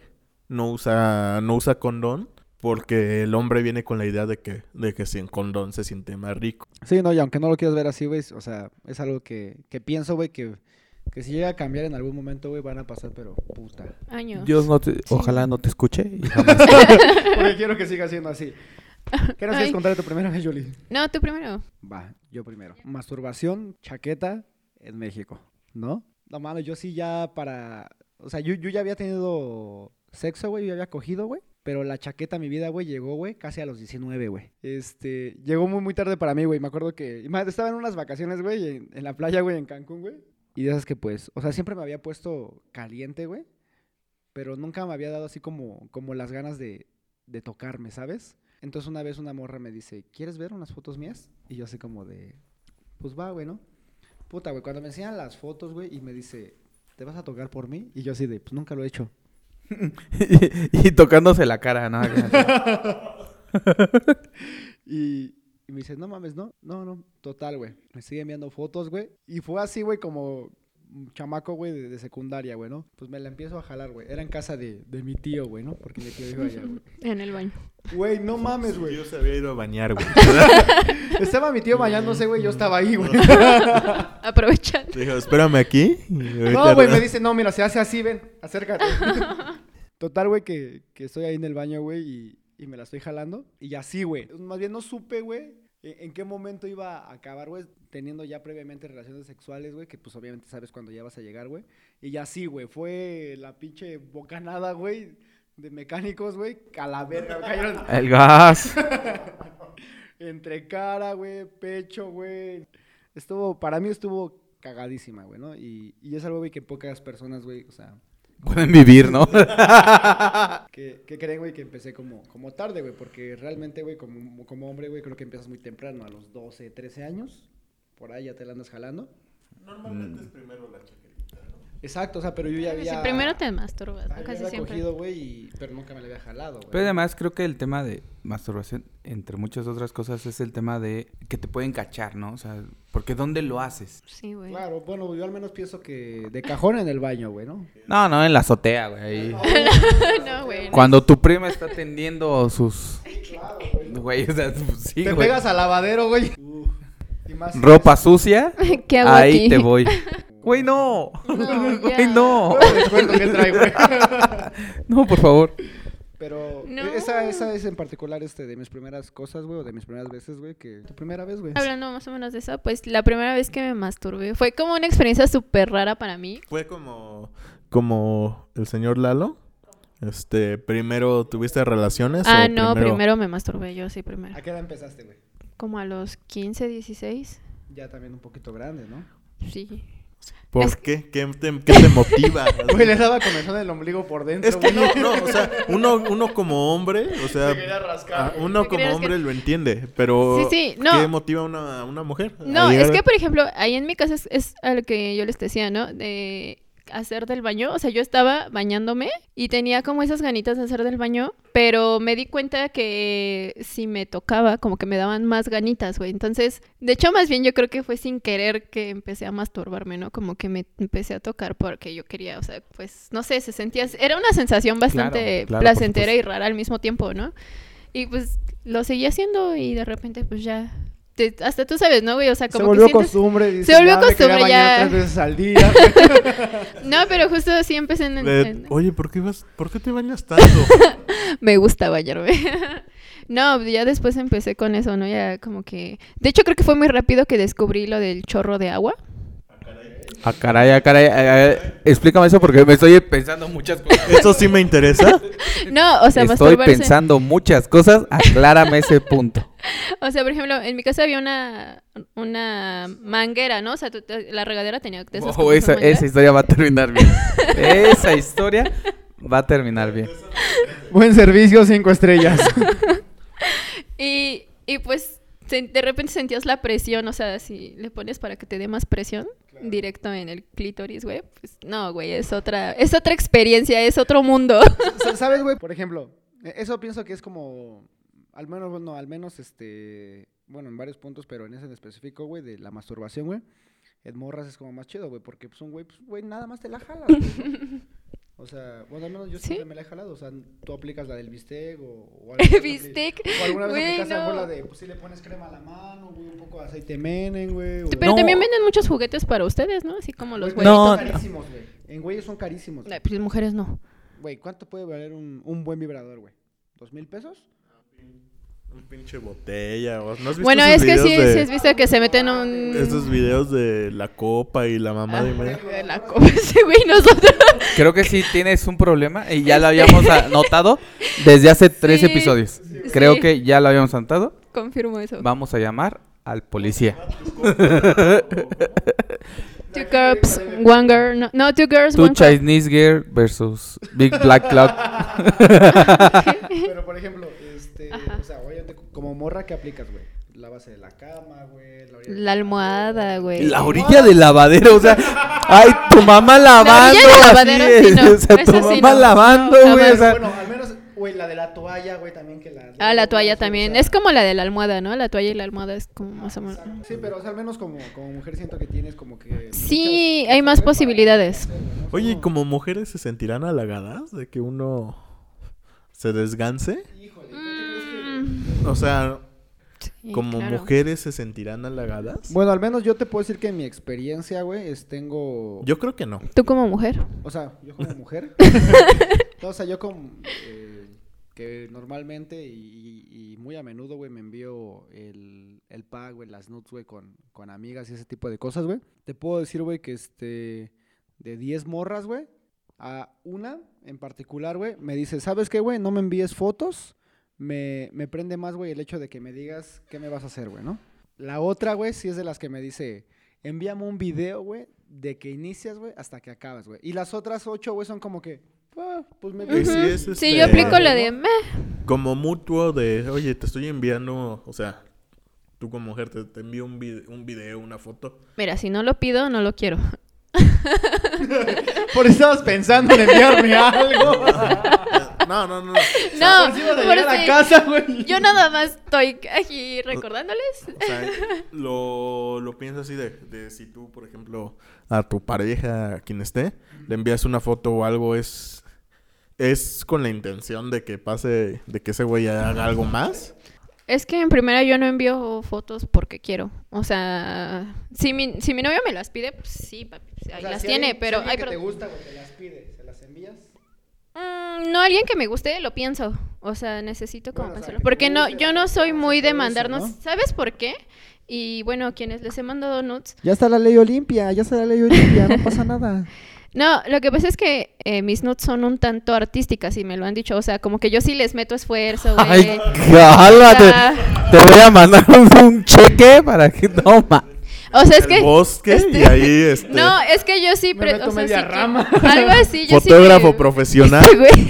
[SPEAKER 4] no usa, no usa condón, porque el hombre viene con la idea de que, de que sin condón se siente más rico.
[SPEAKER 1] Sí, no, y aunque no lo quieras ver así, güey, o sea, es algo que, que pienso, güey, que, que si llega a cambiar en algún momento, güey, van a pasar, pero puta.
[SPEAKER 2] Años.
[SPEAKER 3] Dios no te, ojalá no te escuche. y jamás-
[SPEAKER 1] Porque quiero que siga siendo así. ¿Qué nos quieres
[SPEAKER 2] Ay.
[SPEAKER 1] contar de tu primera vez, Jolie?
[SPEAKER 2] No, tú primero.
[SPEAKER 1] Va, yo primero. Masturbación, chaqueta en México, ¿no? No mames, yo sí ya para. O sea, yo, yo ya había tenido sexo, güey, yo ya había cogido, güey. Pero la chaqueta a mi vida, güey, llegó, güey, casi a los 19, güey. Este, llegó muy, muy tarde para mí, güey. Me acuerdo que. y más, Estaba en unas vacaciones, güey, en, en la playa, güey, en Cancún, güey. Y de esas que, pues, o sea, siempre me había puesto caliente, güey. Pero nunca me había dado así como, como las ganas de, de tocarme, ¿sabes? Entonces una vez una morra me dice, ¿quieres ver unas fotos mías? Y yo así como de, pues va, güey, ¿no? Puta, güey, cuando me enseñan las fotos, güey, y me dice, ¿te vas a tocar por mí? Y yo así de, pues nunca lo he hecho.
[SPEAKER 3] y, y tocándose la cara, ¿no? Acá.
[SPEAKER 1] Y, y me dice, no mames, no, no, no, total, güey. Me sigue enviando fotos, güey. Y fue así, güey, como un chamaco, güey, de, de secundaria, güey, ¿no? Pues me la empiezo a jalar, güey. Era en casa de, de mi tío, güey, ¿no? Porque mi tío vive allá, güey.
[SPEAKER 2] En el baño.
[SPEAKER 1] Güey, no mames, güey.
[SPEAKER 4] Yo se había ido a bañar, güey.
[SPEAKER 1] Estaba mi tío bañándose, güey, yo estaba ahí, güey.
[SPEAKER 2] Aprovechar.
[SPEAKER 4] Dijo, espérame aquí. y ahorita-
[SPEAKER 1] No, güey, me dice, no, mira, se hace así, ven, acércate. Total, güey, que, que estoy ahí en el baño, güey, y, y me la estoy jalando. Y así, güey. Más bien no supe, güey, e, en, en qué momento iba a acabar, güey, teniendo ya previamente relaciones sexuales, güey, que pues obviamente sabes cuando ya vas a llegar, güey. Y así, güey, fue la pinche bocanada, güey, de mecánicos, güey, a la verga, cayeron
[SPEAKER 3] El gas.
[SPEAKER 1] entre cara, güey, pecho, güey. Estuvo, para mí estuvo cagadísima, güey, ¿no? Y, y es algo, güey, que pocas personas, güey, o sea,
[SPEAKER 3] Pueden vivir, ¿no?
[SPEAKER 1] que, que creen, güey, que empecé como, como tarde, güey, porque realmente, güey, como, como hombre, güey, creo que empiezas muy temprano, a los 12, 13 años, por ahí ya te la andas jalando. Normalmente es primero la Exacto, o sea, pero yo ya había...
[SPEAKER 2] Si primero te masturbas,
[SPEAKER 1] ya
[SPEAKER 2] ¿no?
[SPEAKER 1] había
[SPEAKER 2] casi siempre.
[SPEAKER 1] cogido, güey, y- pero nunca me la había jalado, güey.
[SPEAKER 3] Pero además creo que el tema de masturbación, entre muchas otras cosas, es el tema de que te pueden cachar, ¿no? O sea, porque ¿dónde lo haces?
[SPEAKER 2] Sí, güey.
[SPEAKER 1] Claro, bueno, yo al menos pienso que de cajón en el baño, güey, ¿no?
[SPEAKER 3] No, no, en la azotea, güey. ahí.
[SPEAKER 2] no, güey. no.
[SPEAKER 3] Cuando tu prima está atendiendo sus... Güey, o sea, pues, sí,
[SPEAKER 1] te
[SPEAKER 3] güey.
[SPEAKER 1] pegas al lavadero, güey. Y más si
[SPEAKER 3] Ropa sucia.
[SPEAKER 2] ¿Qué hago
[SPEAKER 3] ahí
[SPEAKER 2] aquí?
[SPEAKER 3] te voy. Güey, no.
[SPEAKER 2] No,
[SPEAKER 3] Güey,
[SPEAKER 2] ya.
[SPEAKER 3] no.
[SPEAKER 1] es- Luego les cuento qué trae, güey.
[SPEAKER 3] No, por favor.
[SPEAKER 1] Pero
[SPEAKER 2] No.
[SPEAKER 1] esa, esa es en particular este de mis primeras cosas, güey, o de mis primeras veces, güey, que tu primera vez, güey.
[SPEAKER 2] Hablando más o menos de eso, pues la primera vez que me masturbé fue como una experiencia súper rara para mí.
[SPEAKER 4] Fue como, como el señor Lalo. Este, primero tuviste relaciones.
[SPEAKER 2] Ah,
[SPEAKER 4] o
[SPEAKER 2] no, primero... me masturbé, yo sí primero.
[SPEAKER 1] ¿A qué edad empezaste, güey?
[SPEAKER 2] Como a los 15, 16.
[SPEAKER 1] Ya también un poquito grande, ¿no?
[SPEAKER 2] Sí.
[SPEAKER 4] ¿Por
[SPEAKER 2] Es
[SPEAKER 4] qué? ¿Qué te, qué te motiva?
[SPEAKER 1] Güey, le daba comezón el ombligo por dentro,
[SPEAKER 4] es que
[SPEAKER 1] güey.
[SPEAKER 4] no, no, o sea, uno, uno como hombre, o sea,
[SPEAKER 1] quería rascar,
[SPEAKER 4] ah,
[SPEAKER 1] güey.
[SPEAKER 4] uno
[SPEAKER 2] Me
[SPEAKER 4] como
[SPEAKER 2] quería
[SPEAKER 4] hombre lo entiende, pero
[SPEAKER 2] Sí, sí, no.
[SPEAKER 4] ¿qué motiva a una, a una mujer? a
[SPEAKER 2] No,
[SPEAKER 4] llegar
[SPEAKER 2] es que,
[SPEAKER 4] a-
[SPEAKER 2] por ejemplo, ahí en mi casa es, es a lo que yo les decía, ¿no? De hacer del baño. O sea, yo estaba bañándome y tenía como esas ganitas de hacer del baño, pero me di cuenta que si me tocaba, como que me daban más ganitas, güey. Entonces, de hecho, más bien yo creo que fue sin querer que empecé a masturbarme, ¿no? Como que me empecé a tocar porque yo quería, o sea, pues, no sé, se sentía... Era una sensación bastante
[SPEAKER 3] Claro, claro, por
[SPEAKER 2] placentera
[SPEAKER 3] supuesto.
[SPEAKER 2] y rara al mismo tiempo, ¿no? Y pues lo seguí haciendo y de repente pues ya te- hasta tú sabes, ¿no, güey? O sea,
[SPEAKER 1] Se
[SPEAKER 2] como
[SPEAKER 1] volvió
[SPEAKER 2] que Ah, sientes...
[SPEAKER 1] costumbre. dice,
[SPEAKER 2] volvió
[SPEAKER 1] "Ya me quería
[SPEAKER 2] costumbre,
[SPEAKER 1] bañar
[SPEAKER 2] ya".
[SPEAKER 1] Tres veces al día. güey.
[SPEAKER 2] No, pero justo así empecé en... pues, en-
[SPEAKER 4] Le-
[SPEAKER 2] en-
[SPEAKER 4] Oye, ¿por qué, vas, ¿por qué te bañas tanto?
[SPEAKER 2] Me gusta bañarme. no, ya después empecé con eso, ¿no? Ya como que... De hecho, creo que fue muy rápido que descubrí lo del chorro de agua.
[SPEAKER 3] Ah, caray, ah, caray. ah, ah, explícame eso porque me estoy pensando muchas cosas.
[SPEAKER 4] Eso sí me interesa.
[SPEAKER 2] No, o sea,
[SPEAKER 3] estoy
[SPEAKER 2] masturbarse.
[SPEAKER 3] pensando muchas cosas. Aclárame ese punto.
[SPEAKER 2] O sea, por ejemplo, en mi casa había una, una manguera, ¿no? O sea, tú- te- la regadera tenía de esas
[SPEAKER 3] Oh,
[SPEAKER 2] como
[SPEAKER 3] esa,
[SPEAKER 2] su manguera.
[SPEAKER 3] esa historia va a terminar bien. esa historia va a terminar bien.
[SPEAKER 1] Buen servicio, cinco estrellas.
[SPEAKER 2] Y, y pues se- de repente sentías la presión, o sea, si le pones para que te dé más presión directo en el clítoris, güey, pues no, güey, es otra, es otra experiencia, es otro mundo.
[SPEAKER 1] Sa- ¿Sabes, güey? Por ejemplo, eh, eso pienso que es como, al menos, bueno, al menos, este, bueno, en varios puntos, pero en ese en específico, güey, de la masturbación, güey, en morras es como más chido, güey, porque pues un güey, pues, güey, nada más te la jala, güey, ¿no? O sea, bueno, al menos yo
[SPEAKER 2] Sí.
[SPEAKER 1] siempre me la he jalado, o sea, tú aplicas la del bistec o... o alguna
[SPEAKER 2] El
[SPEAKER 1] vez apli-
[SPEAKER 2] bistec,
[SPEAKER 1] O alguna vez
[SPEAKER 2] güey,
[SPEAKER 1] aplicaste a lo mejor
[SPEAKER 2] no.
[SPEAKER 1] la de, pues sí le pones crema a la mano, güey, un poco de aceite menen, güey. o-
[SPEAKER 2] Pero
[SPEAKER 3] No.
[SPEAKER 2] también venden muchos juguetes para ustedes, ¿no? Así como los
[SPEAKER 1] Güey,
[SPEAKER 2] güeyes.
[SPEAKER 1] pero
[SPEAKER 3] No,
[SPEAKER 1] son carísimos, güey. En güeyes son carísimos. güey.
[SPEAKER 2] Ay, pues, mujeres no.
[SPEAKER 1] Güey, ¿cuánto puede valer un, un buen vibrador, güey? ¿Dos mil pesos?
[SPEAKER 4] Un pinche botella. ¿o ¿No has visto
[SPEAKER 2] Bueno, es
[SPEAKER 4] esos
[SPEAKER 2] que sí,
[SPEAKER 4] videos de-
[SPEAKER 2] sí has visto que se meten un...
[SPEAKER 4] Esos videos de la copa y la mamá de media.
[SPEAKER 2] de la copa ese güey, nosotros.
[SPEAKER 3] Creo que sí tienes un problema y ya lo habíamos anotado desde hace tres
[SPEAKER 2] Este. Sí,
[SPEAKER 3] episodios. Creo
[SPEAKER 2] sí.
[SPEAKER 3] que ya lo habíamos anotado.
[SPEAKER 2] Confirmo eso.
[SPEAKER 3] Vamos a llamar al policía.
[SPEAKER 2] Two cups, one girl. No, no, two girls,
[SPEAKER 3] Two
[SPEAKER 2] one cup.
[SPEAKER 3] Chinese Girl versus Big Black Club.
[SPEAKER 1] Pero por ejemplo, este, o sea, obviamente c- como morra que aplicas, güey. La base de la cama, güey, la orilla.
[SPEAKER 2] La almohada, güey.
[SPEAKER 3] La orilla del lavadero, o sea, ay, tu mamá lavando,
[SPEAKER 2] orilla del
[SPEAKER 3] así
[SPEAKER 2] lavadero, sí,
[SPEAKER 3] es,
[SPEAKER 2] no,
[SPEAKER 3] o sea, tu
[SPEAKER 2] eso sí,
[SPEAKER 3] mamá
[SPEAKER 2] no.
[SPEAKER 3] lavando,
[SPEAKER 2] No,
[SPEAKER 3] güey, o
[SPEAKER 2] jamás.
[SPEAKER 3] sea,
[SPEAKER 1] Bueno, al menos, güey, la de la toalla, güey, también que la.
[SPEAKER 2] Ah, la toalla
[SPEAKER 1] o
[SPEAKER 2] también.
[SPEAKER 1] sea,
[SPEAKER 2] Es como la de la almohada, ¿no? La toalla y la almohada es como más o menos.
[SPEAKER 1] Sí, pero o sea, al menos como, como mujer siento que tienes como que.
[SPEAKER 2] Sí,
[SPEAKER 1] muchas-
[SPEAKER 2] hay más
[SPEAKER 1] muchas para-
[SPEAKER 2] posibilidades.
[SPEAKER 4] Oye, ¿y como mujeres se sentirán halagadas de que uno se desganse? O sea,
[SPEAKER 2] Sí,
[SPEAKER 4] ¿como
[SPEAKER 2] Mm, claro.
[SPEAKER 4] mujeres se sentirán halagadas?
[SPEAKER 1] Bueno, al menos yo te puedo decir que en mi experiencia, güey, es tengo.
[SPEAKER 4] Yo creo que no.
[SPEAKER 2] Tú como mujer.
[SPEAKER 1] O sea, yo como mujer. no, o sea, yo como. eh, que normalmente y, y- y muy a menudo, güey, me envío el, el pack, güey, las nudes, güey, con, con amigas y ese tipo de cosas, güey. Te puedo decir, güey, que este. De 10 morras, güey, a una en particular, güey, me dice, ¿sabes qué, güey? No me envíes fotos. Me, me prende más, güey, el hecho de que me digas qué me vas a hacer, güey, ¿no? La otra, güey, sí es de las que me dice, envíame un video, güey, de que inicias, güey, hasta que acabas, güey. Y las otras ocho, güey, son como que, "Ah, pues me
[SPEAKER 4] Ujú.
[SPEAKER 1] dice,
[SPEAKER 4] es,
[SPEAKER 2] Sí,
[SPEAKER 4] este,
[SPEAKER 2] yo aplico la de. "Meh".
[SPEAKER 4] Como mutuo de, oye, te estoy enviando, o sea, tú como mujer te, te envío un, vide- un video, una foto.
[SPEAKER 2] Mira, si no lo pido, no lo quiero.
[SPEAKER 1] Por eso estabas pensando en enviarme algo.
[SPEAKER 4] No, no, no. no. O sea,
[SPEAKER 2] No, por si-
[SPEAKER 1] güey.
[SPEAKER 2] Yo nada más estoy aquí recordándoles.
[SPEAKER 4] O sea, lo, lo pienso así de, de si tú, por ejemplo, a tu pareja, a quien esté, le envías una foto o algo, es, es con la intención de que pase, de que ese güey haga algo más.
[SPEAKER 2] Es que en primera yo no envío fotos porque quiero. O sea, si mi, si mi novio me las pide, pues sí, papi, pues
[SPEAKER 1] O
[SPEAKER 2] ahí
[SPEAKER 1] sea,
[SPEAKER 2] las
[SPEAKER 1] si
[SPEAKER 2] tiene,
[SPEAKER 1] alguien- si
[SPEAKER 2] pero.
[SPEAKER 1] alguien
[SPEAKER 2] ay,
[SPEAKER 1] que
[SPEAKER 2] pero-
[SPEAKER 1] te gusta, güey, te las pide, se las envías.
[SPEAKER 2] Mm, no alguien que me guste, lo pienso. O sea, necesito como
[SPEAKER 1] Bueno, o sea,
[SPEAKER 2] pensarlo.
[SPEAKER 1] que te
[SPEAKER 2] Porque no,
[SPEAKER 1] guste,
[SPEAKER 2] yo no soy muy
[SPEAKER 1] todo
[SPEAKER 2] de
[SPEAKER 1] eso,
[SPEAKER 2] mandarnos.
[SPEAKER 1] ¿no?
[SPEAKER 2] ¿Sabes por qué? Y bueno, quienes les he mandado nudes.
[SPEAKER 1] Ya está la ley Olimpia, ya está la ley Olimpia, no pasa nada.
[SPEAKER 2] No, lo que pasa es que eh, mis nudes son un tanto artísticas y me lo han dicho. O sea, como que yo sí les meto esfuerzo, güey.
[SPEAKER 3] ay, cálmate,
[SPEAKER 2] Ah.
[SPEAKER 3] te voy a mandar un cheque para que toma.
[SPEAKER 2] O sea, es
[SPEAKER 4] Al
[SPEAKER 2] que.
[SPEAKER 4] bosque y ahí, este,
[SPEAKER 2] No, es que yo sí.
[SPEAKER 1] Me
[SPEAKER 2] pre-
[SPEAKER 1] meto
[SPEAKER 2] o sea,
[SPEAKER 1] media
[SPEAKER 2] sí que-
[SPEAKER 1] rama.
[SPEAKER 2] Algo así. Yo sí
[SPEAKER 4] fotógrafo
[SPEAKER 2] me-
[SPEAKER 4] profesional.
[SPEAKER 2] Sí, güey.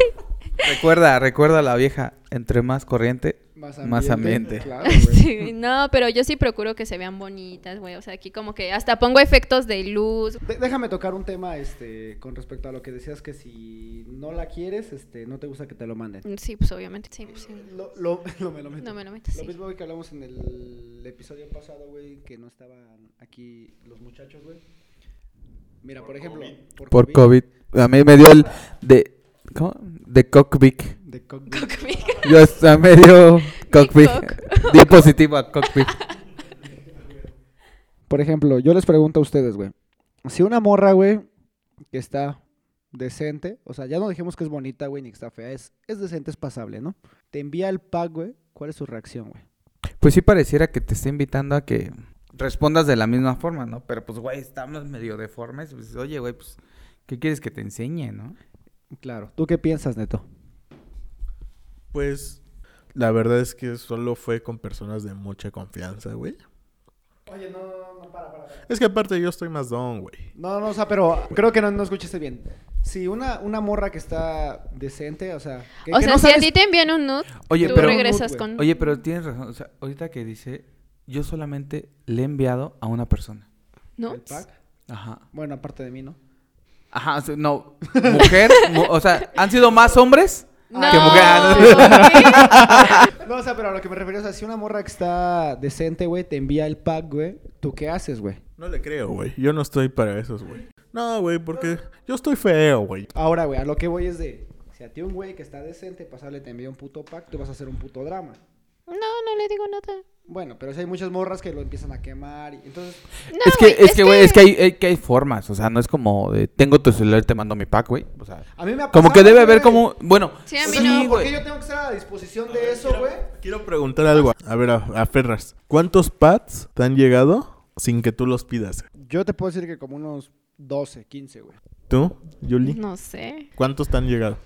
[SPEAKER 3] Recuerda, recuerda a la vieja, entre más corriente,
[SPEAKER 1] Más
[SPEAKER 3] Más ambiente.
[SPEAKER 1] Claro, güey.
[SPEAKER 2] Sí, no, pero yo sí procuro que se vean bonitas, güey. O sea, aquí como que hasta pongo efectos de luz.
[SPEAKER 1] De- Déjame tocar un tema este, con respecto a lo que decías que si no la quieres, este, no te gusta que te lo manden.
[SPEAKER 2] Sí, pues obviamente. Sí, pues, sí.
[SPEAKER 1] Lo, lo, lo me lo meto.
[SPEAKER 2] No me lo metas.
[SPEAKER 1] Lo
[SPEAKER 2] sí.
[SPEAKER 1] mismo güey, que hablamos en el episodio pasado, güey, que no estaban aquí los muchachos, güey. Mira, por, ejemplo,
[SPEAKER 3] por COVID. A mí me dio el de, ¿cómo? De cockpit.
[SPEAKER 1] De COVID.
[SPEAKER 2] Cock me.
[SPEAKER 3] Yo hasta medio cockpit.
[SPEAKER 2] cock.
[SPEAKER 3] Di positivo a cockpit.
[SPEAKER 1] Por ejemplo, yo les pregunto a ustedes, güey. Si una morra, güey, que está decente, o sea, ya no dejemos que es bonita, güey, ni que está fea, es, es decente, es pasable, ¿no? Te envía el pack, güey, ¿cuál es su reacción, güey?
[SPEAKER 3] Pues sí pareciera que te está invitando a que respondas de la misma forma, ¿no? Pero pues, güey, estamos medio deformes. Pues, oye, güey, pues, ¿qué quieres que te enseñe, no?
[SPEAKER 1] Claro. ¿Tú qué piensas, Neto?
[SPEAKER 4] Pues la verdad es que solo fue con personas de mucha confianza, güey.
[SPEAKER 1] Oye, no, no, no, para, para.
[SPEAKER 4] Es que aparte yo estoy más don, güey.
[SPEAKER 1] No, no, o sea, pero creo que no, no escuchaste bien. Si una, una morra que está decente, o sea... que-
[SPEAKER 2] O
[SPEAKER 1] que
[SPEAKER 2] sea,
[SPEAKER 1] no
[SPEAKER 2] si a
[SPEAKER 1] sabes-
[SPEAKER 2] ti te envían un nude,
[SPEAKER 3] Oye,
[SPEAKER 2] tú
[SPEAKER 3] pero...
[SPEAKER 2] regresas
[SPEAKER 1] Nude, güey.
[SPEAKER 2] con...
[SPEAKER 3] Oye, pero tienes razón. O sea, ahorita que dice, yo solamente le he enviado a una persona.
[SPEAKER 2] ¿no?
[SPEAKER 1] el pack.
[SPEAKER 3] Ajá.
[SPEAKER 1] Bueno, aparte de mí, ¿no?
[SPEAKER 3] Ajá, o sea, no. Mujer, mu- o sea, han sido más hombres
[SPEAKER 2] No,
[SPEAKER 3] que mujer.
[SPEAKER 2] ¿qué?
[SPEAKER 1] No, o sea, pero a lo que me refiero, o sea, si una morra que está decente, güey, te envía el pack, güey, ¿tú qué haces, güey?
[SPEAKER 4] No le creo, güey. Yo no estoy para esos, güey. No, güey, porque yo estoy feo, güey.
[SPEAKER 1] Ahora, güey, a lo que voy es de... Si a ti un güey que está decente, pasable, te envía un puto pack, tú vas a hacer un puto drama.
[SPEAKER 2] No, no le digo nada.
[SPEAKER 1] Bueno, pero si hay muchas morras que lo empiezan a quemar y entonces...
[SPEAKER 2] No,
[SPEAKER 3] es que, es que, güey, es que hay, hay- que hay formas. O sea, no es como de, tengo tu celular, te mando mi pack, güey. O sea,
[SPEAKER 1] A mí me ha
[SPEAKER 3] como
[SPEAKER 1] pasado,
[SPEAKER 3] que debe haber
[SPEAKER 1] güey.
[SPEAKER 3] como, bueno,
[SPEAKER 2] Sí, a mí
[SPEAKER 1] O sea,
[SPEAKER 2] no.
[SPEAKER 1] no, ¿Por qué
[SPEAKER 3] güey.
[SPEAKER 1] yo tengo que estar a disposición de eso, güey?
[SPEAKER 4] Quiero preguntar algo. A ver, a, a Ferras. ¿Cuántos pads te han llegado sin que tú los pidas?
[SPEAKER 1] Yo te puedo decir que como unos 12, 15, güey.
[SPEAKER 4] ¿Tú, Yuli?
[SPEAKER 2] No sé.
[SPEAKER 4] ¿Cuántos te han llegado?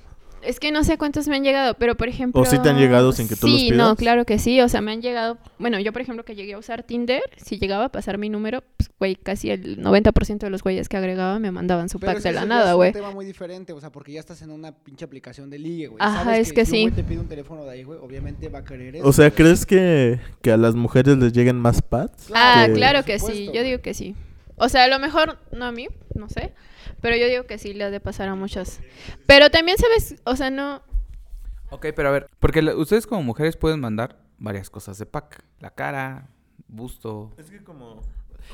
[SPEAKER 2] Es que no sé cuántos me han llegado, pero por ejemplo...
[SPEAKER 4] sí te han llegado sin que tú los
[SPEAKER 2] Sí,
[SPEAKER 4] pidas?
[SPEAKER 2] no, claro que sí. O sea, me han llegado... Bueno, yo por ejemplo que llegué a usar Tinder, si llegaba a pasar mi número, pues, güey, casi el 90% de los güeyes que agregaba me mandaban su pack
[SPEAKER 1] es que
[SPEAKER 2] de la
[SPEAKER 1] eso ya
[SPEAKER 2] nada,
[SPEAKER 1] es
[SPEAKER 2] güey.
[SPEAKER 1] un tema muy diferente, o sea, porque ya estás en una pinche aplicación de ligue, güey.
[SPEAKER 2] Ajá,
[SPEAKER 1] Sabes
[SPEAKER 2] es que
[SPEAKER 1] si
[SPEAKER 2] sí.
[SPEAKER 1] un güey te pide un teléfono de ahí, güey, obviamente va a querer eso.
[SPEAKER 4] O sea,
[SPEAKER 1] güey.
[SPEAKER 4] ¿crees que, que a las mujeres les lleguen más pads?
[SPEAKER 2] Ah,
[SPEAKER 4] Sí.
[SPEAKER 2] claro
[SPEAKER 1] por
[SPEAKER 2] que sí,
[SPEAKER 1] supuesto,
[SPEAKER 2] yo
[SPEAKER 1] güey.
[SPEAKER 2] digo que sí. O sea, a lo mejor, no a mí, no sé, pero yo digo que sí le ha de pasar a muchas. Pero también sabes, o sea, no...
[SPEAKER 3] Ok, pero a ver, porque la- ustedes como mujeres pueden mandar varias cosas de pack. La cara, busto.
[SPEAKER 4] Es que como...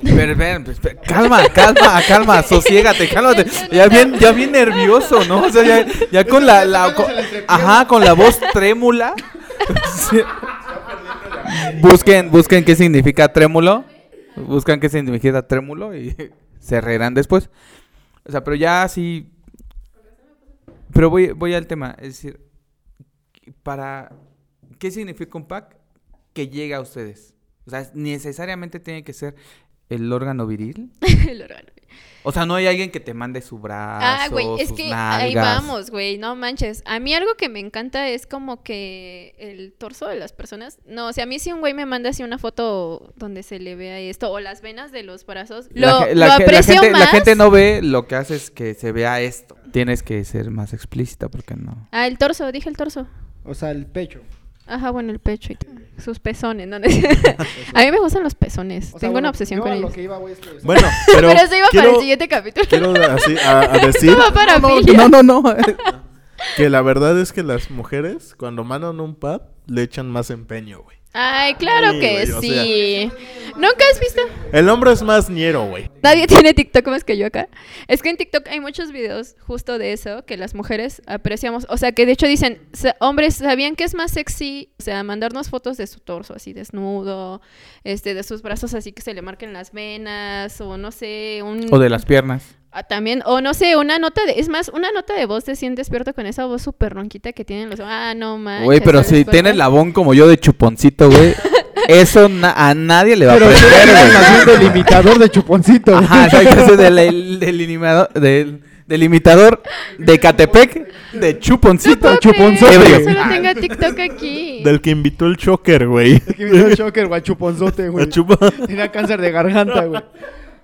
[SPEAKER 3] Pero, espera, pues, espera, calma, calma, calma, sosiégate, cálmate. Ya bien, ya bien nervioso, ¿no? O sea, ya, ya con la, la- con- ajá, con la voz trémula. Sí. Busquen, busquen qué significa trémulo. Buscan qué significa trémulo y se reirán después. O sea, pero ya sí. Pero voy, voy al tema. Es decir, para ¿qué significa un pack que llega a ustedes? O sea, necesariamente tiene que ser el órgano viril.
[SPEAKER 2] el órgano.
[SPEAKER 3] O sea, no hay alguien que te mande su brazo.
[SPEAKER 2] Ah, güey, es
[SPEAKER 3] sus
[SPEAKER 2] que ahí
[SPEAKER 3] nalgas.
[SPEAKER 2] vamos, güey, no manches. A mí algo que me encanta es como que el torso de las personas. No, o sea, a mí si un güey me manda así una foto donde se le vea esto, o las venas de los brazos, lo,
[SPEAKER 3] La, ge-
[SPEAKER 2] lo
[SPEAKER 3] la ge- la
[SPEAKER 2] aprecio
[SPEAKER 3] gente,
[SPEAKER 2] más.
[SPEAKER 3] la gente no ve lo que hace es que se vea esto. Tienes que ser más explícita porque no.
[SPEAKER 2] Ah, el torso, dije el torso.
[SPEAKER 1] O sea, el pecho.
[SPEAKER 2] Ajá, bueno, el pecho y todo. sus pezones, no, no es- A mí me gustan los pezones.
[SPEAKER 1] O sea,
[SPEAKER 2] Tengo
[SPEAKER 1] bueno,
[SPEAKER 2] una obsesión
[SPEAKER 1] yo
[SPEAKER 2] con
[SPEAKER 1] a
[SPEAKER 2] ellos.
[SPEAKER 1] Lo que iba, güey, es que, o sea,
[SPEAKER 4] Bueno, pero...
[SPEAKER 2] Pero, eso iba para el
[SPEAKER 4] quiero-
[SPEAKER 2] siguiente capítulo.
[SPEAKER 4] Quiero así a, a decir
[SPEAKER 2] Eso va para mí.
[SPEAKER 3] No, no, no.
[SPEAKER 4] que la verdad es que las mujeres, cuando mandan un pad, le echan más empeño, güey.
[SPEAKER 2] Ay, claro
[SPEAKER 4] Sí,
[SPEAKER 2] que
[SPEAKER 4] güey, o sea-
[SPEAKER 2] sí. Nunca has visto.
[SPEAKER 4] El hombre es más ñero, güey.
[SPEAKER 2] Nadie tiene TikTok más que yo acá. Es que en TikTok hay muchos videos justo de eso que las mujeres apreciamos. O sea, que de hecho dicen, "Sa- hombres, ¿sabían que es más sexy? O sea, mandarnos fotos de su torso así desnudo, este, de sus brazos así que se le marquen las venas, o no sé, un...
[SPEAKER 3] O de las piernas.
[SPEAKER 2] Ah, también, o no sé, una nota de... Es más, una nota de voz de 100 despierto con esa voz súper ronquita que tienen los... Ah, no, man.
[SPEAKER 3] Güey, pero si tienes labón como yo de chuponcito, güey, eso na- a nadie le va a aprender, güey.
[SPEAKER 1] del imitador de chuponcito. güey.
[SPEAKER 3] Ajá, exacto, ese del, del, del inimado- del- del imitador de Catepec, de Chuponcito.
[SPEAKER 2] No puedo creer que
[SPEAKER 3] ebrio. Ah,
[SPEAKER 2] solo tenga TikTok aquí.
[SPEAKER 4] Del que invitó el choker, güey.
[SPEAKER 1] Que me dio un shocker, güey, chuponzote, güey.
[SPEAKER 4] La chupa.
[SPEAKER 1] Tenía cáncer de garganta, güey.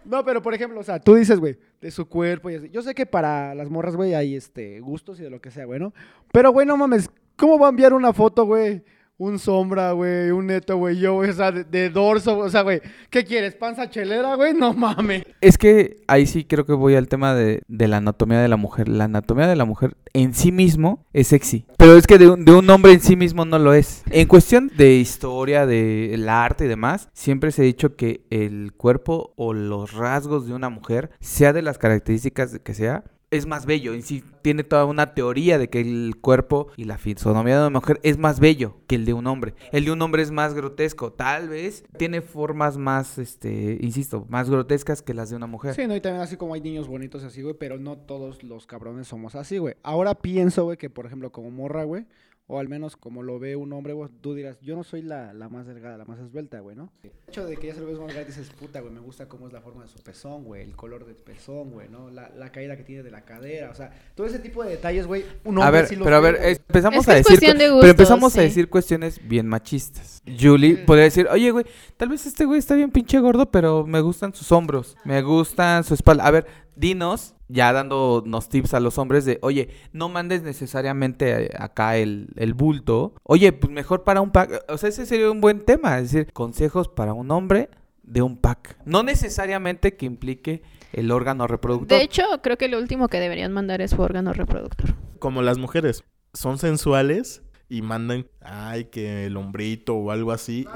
[SPEAKER 1] No, pero por ejemplo, o sea, tú dices, güey, de su cuerpo y así. Yo sé que para las morras, güey, hay este gustos y de lo que sea, güey, ¿no? Pero, güey, no mames, ¿cómo va a enviar una foto, güey? Un sombra, güey, un neto, güey, yo, güey, o sea, de, de dorso, o sea, güey, ¿qué quieres? ¿Panza chelera, güey? No mames.
[SPEAKER 3] Es que ahí sí creo que voy al tema de, de la anatomía de la mujer. La anatomía de la mujer en sí mismo es sexy. Pero es que de un, de un hombre en sí mismo no lo es. En cuestión de historia, del arte y demás, siempre se ha dicho que el cuerpo o los rasgos de una mujer, sea de las características que sea, es más bello. Y sí, tiene toda una teoría de que el cuerpo y la fisonomía de una mujer es más bello que el de un hombre. El de un hombre es más grotesco, tal vez. Tiene formas más, este, insisto, más grotescas que las de una mujer.
[SPEAKER 1] Sí, no, y también así como hay niños bonitos así, güey, pero no todos los cabrones somos así, güey. Ahora pienso, güey, que por ejemplo como morra, güey, o al menos como lo ve un hombre, güey, tú dirás, yo no soy la, la más delgada, la más esbelta, güey, ¿no? El hecho de que ya se lo ves más grande dices, puta, güey, me gusta cómo es la forma de su pezón, güey, el color del pezón, güey, ¿no? La, la caída que tiene de la cadera, o sea, todo ese tipo de detalles, güey, un hombre
[SPEAKER 3] a ver,
[SPEAKER 1] sí los
[SPEAKER 3] pero a
[SPEAKER 1] ve,
[SPEAKER 3] ver,
[SPEAKER 1] güey.
[SPEAKER 3] es- empezamos
[SPEAKER 2] Es que
[SPEAKER 3] a
[SPEAKER 2] es
[SPEAKER 3] decir,
[SPEAKER 2] cuestión de
[SPEAKER 3] cu-
[SPEAKER 2] gustos,
[SPEAKER 3] pero empezamos a
[SPEAKER 2] sí.
[SPEAKER 3] decir cuestiones bien machistas. Julie
[SPEAKER 1] Mm.
[SPEAKER 3] podría decir, oye, güey, tal vez este güey está bien pinche gordo, pero me gustan sus hombros, me gustan su espalda. A ver, dinos, ya dándonos tips a los hombres de, oye, no mandes necesariamente eh, acá el, el bulto. Oye, pues mejor para un pack. O sea, ese sería un buen tema, es decir, consejos para un hombre de un pack. No necesariamente que implique el órgano reproductor.
[SPEAKER 2] De hecho, creo que lo último que deberían mandar es su órgano reproductor.
[SPEAKER 4] Como las mujeres. Son sensuales y mandan, ay, que el hombrito o algo así.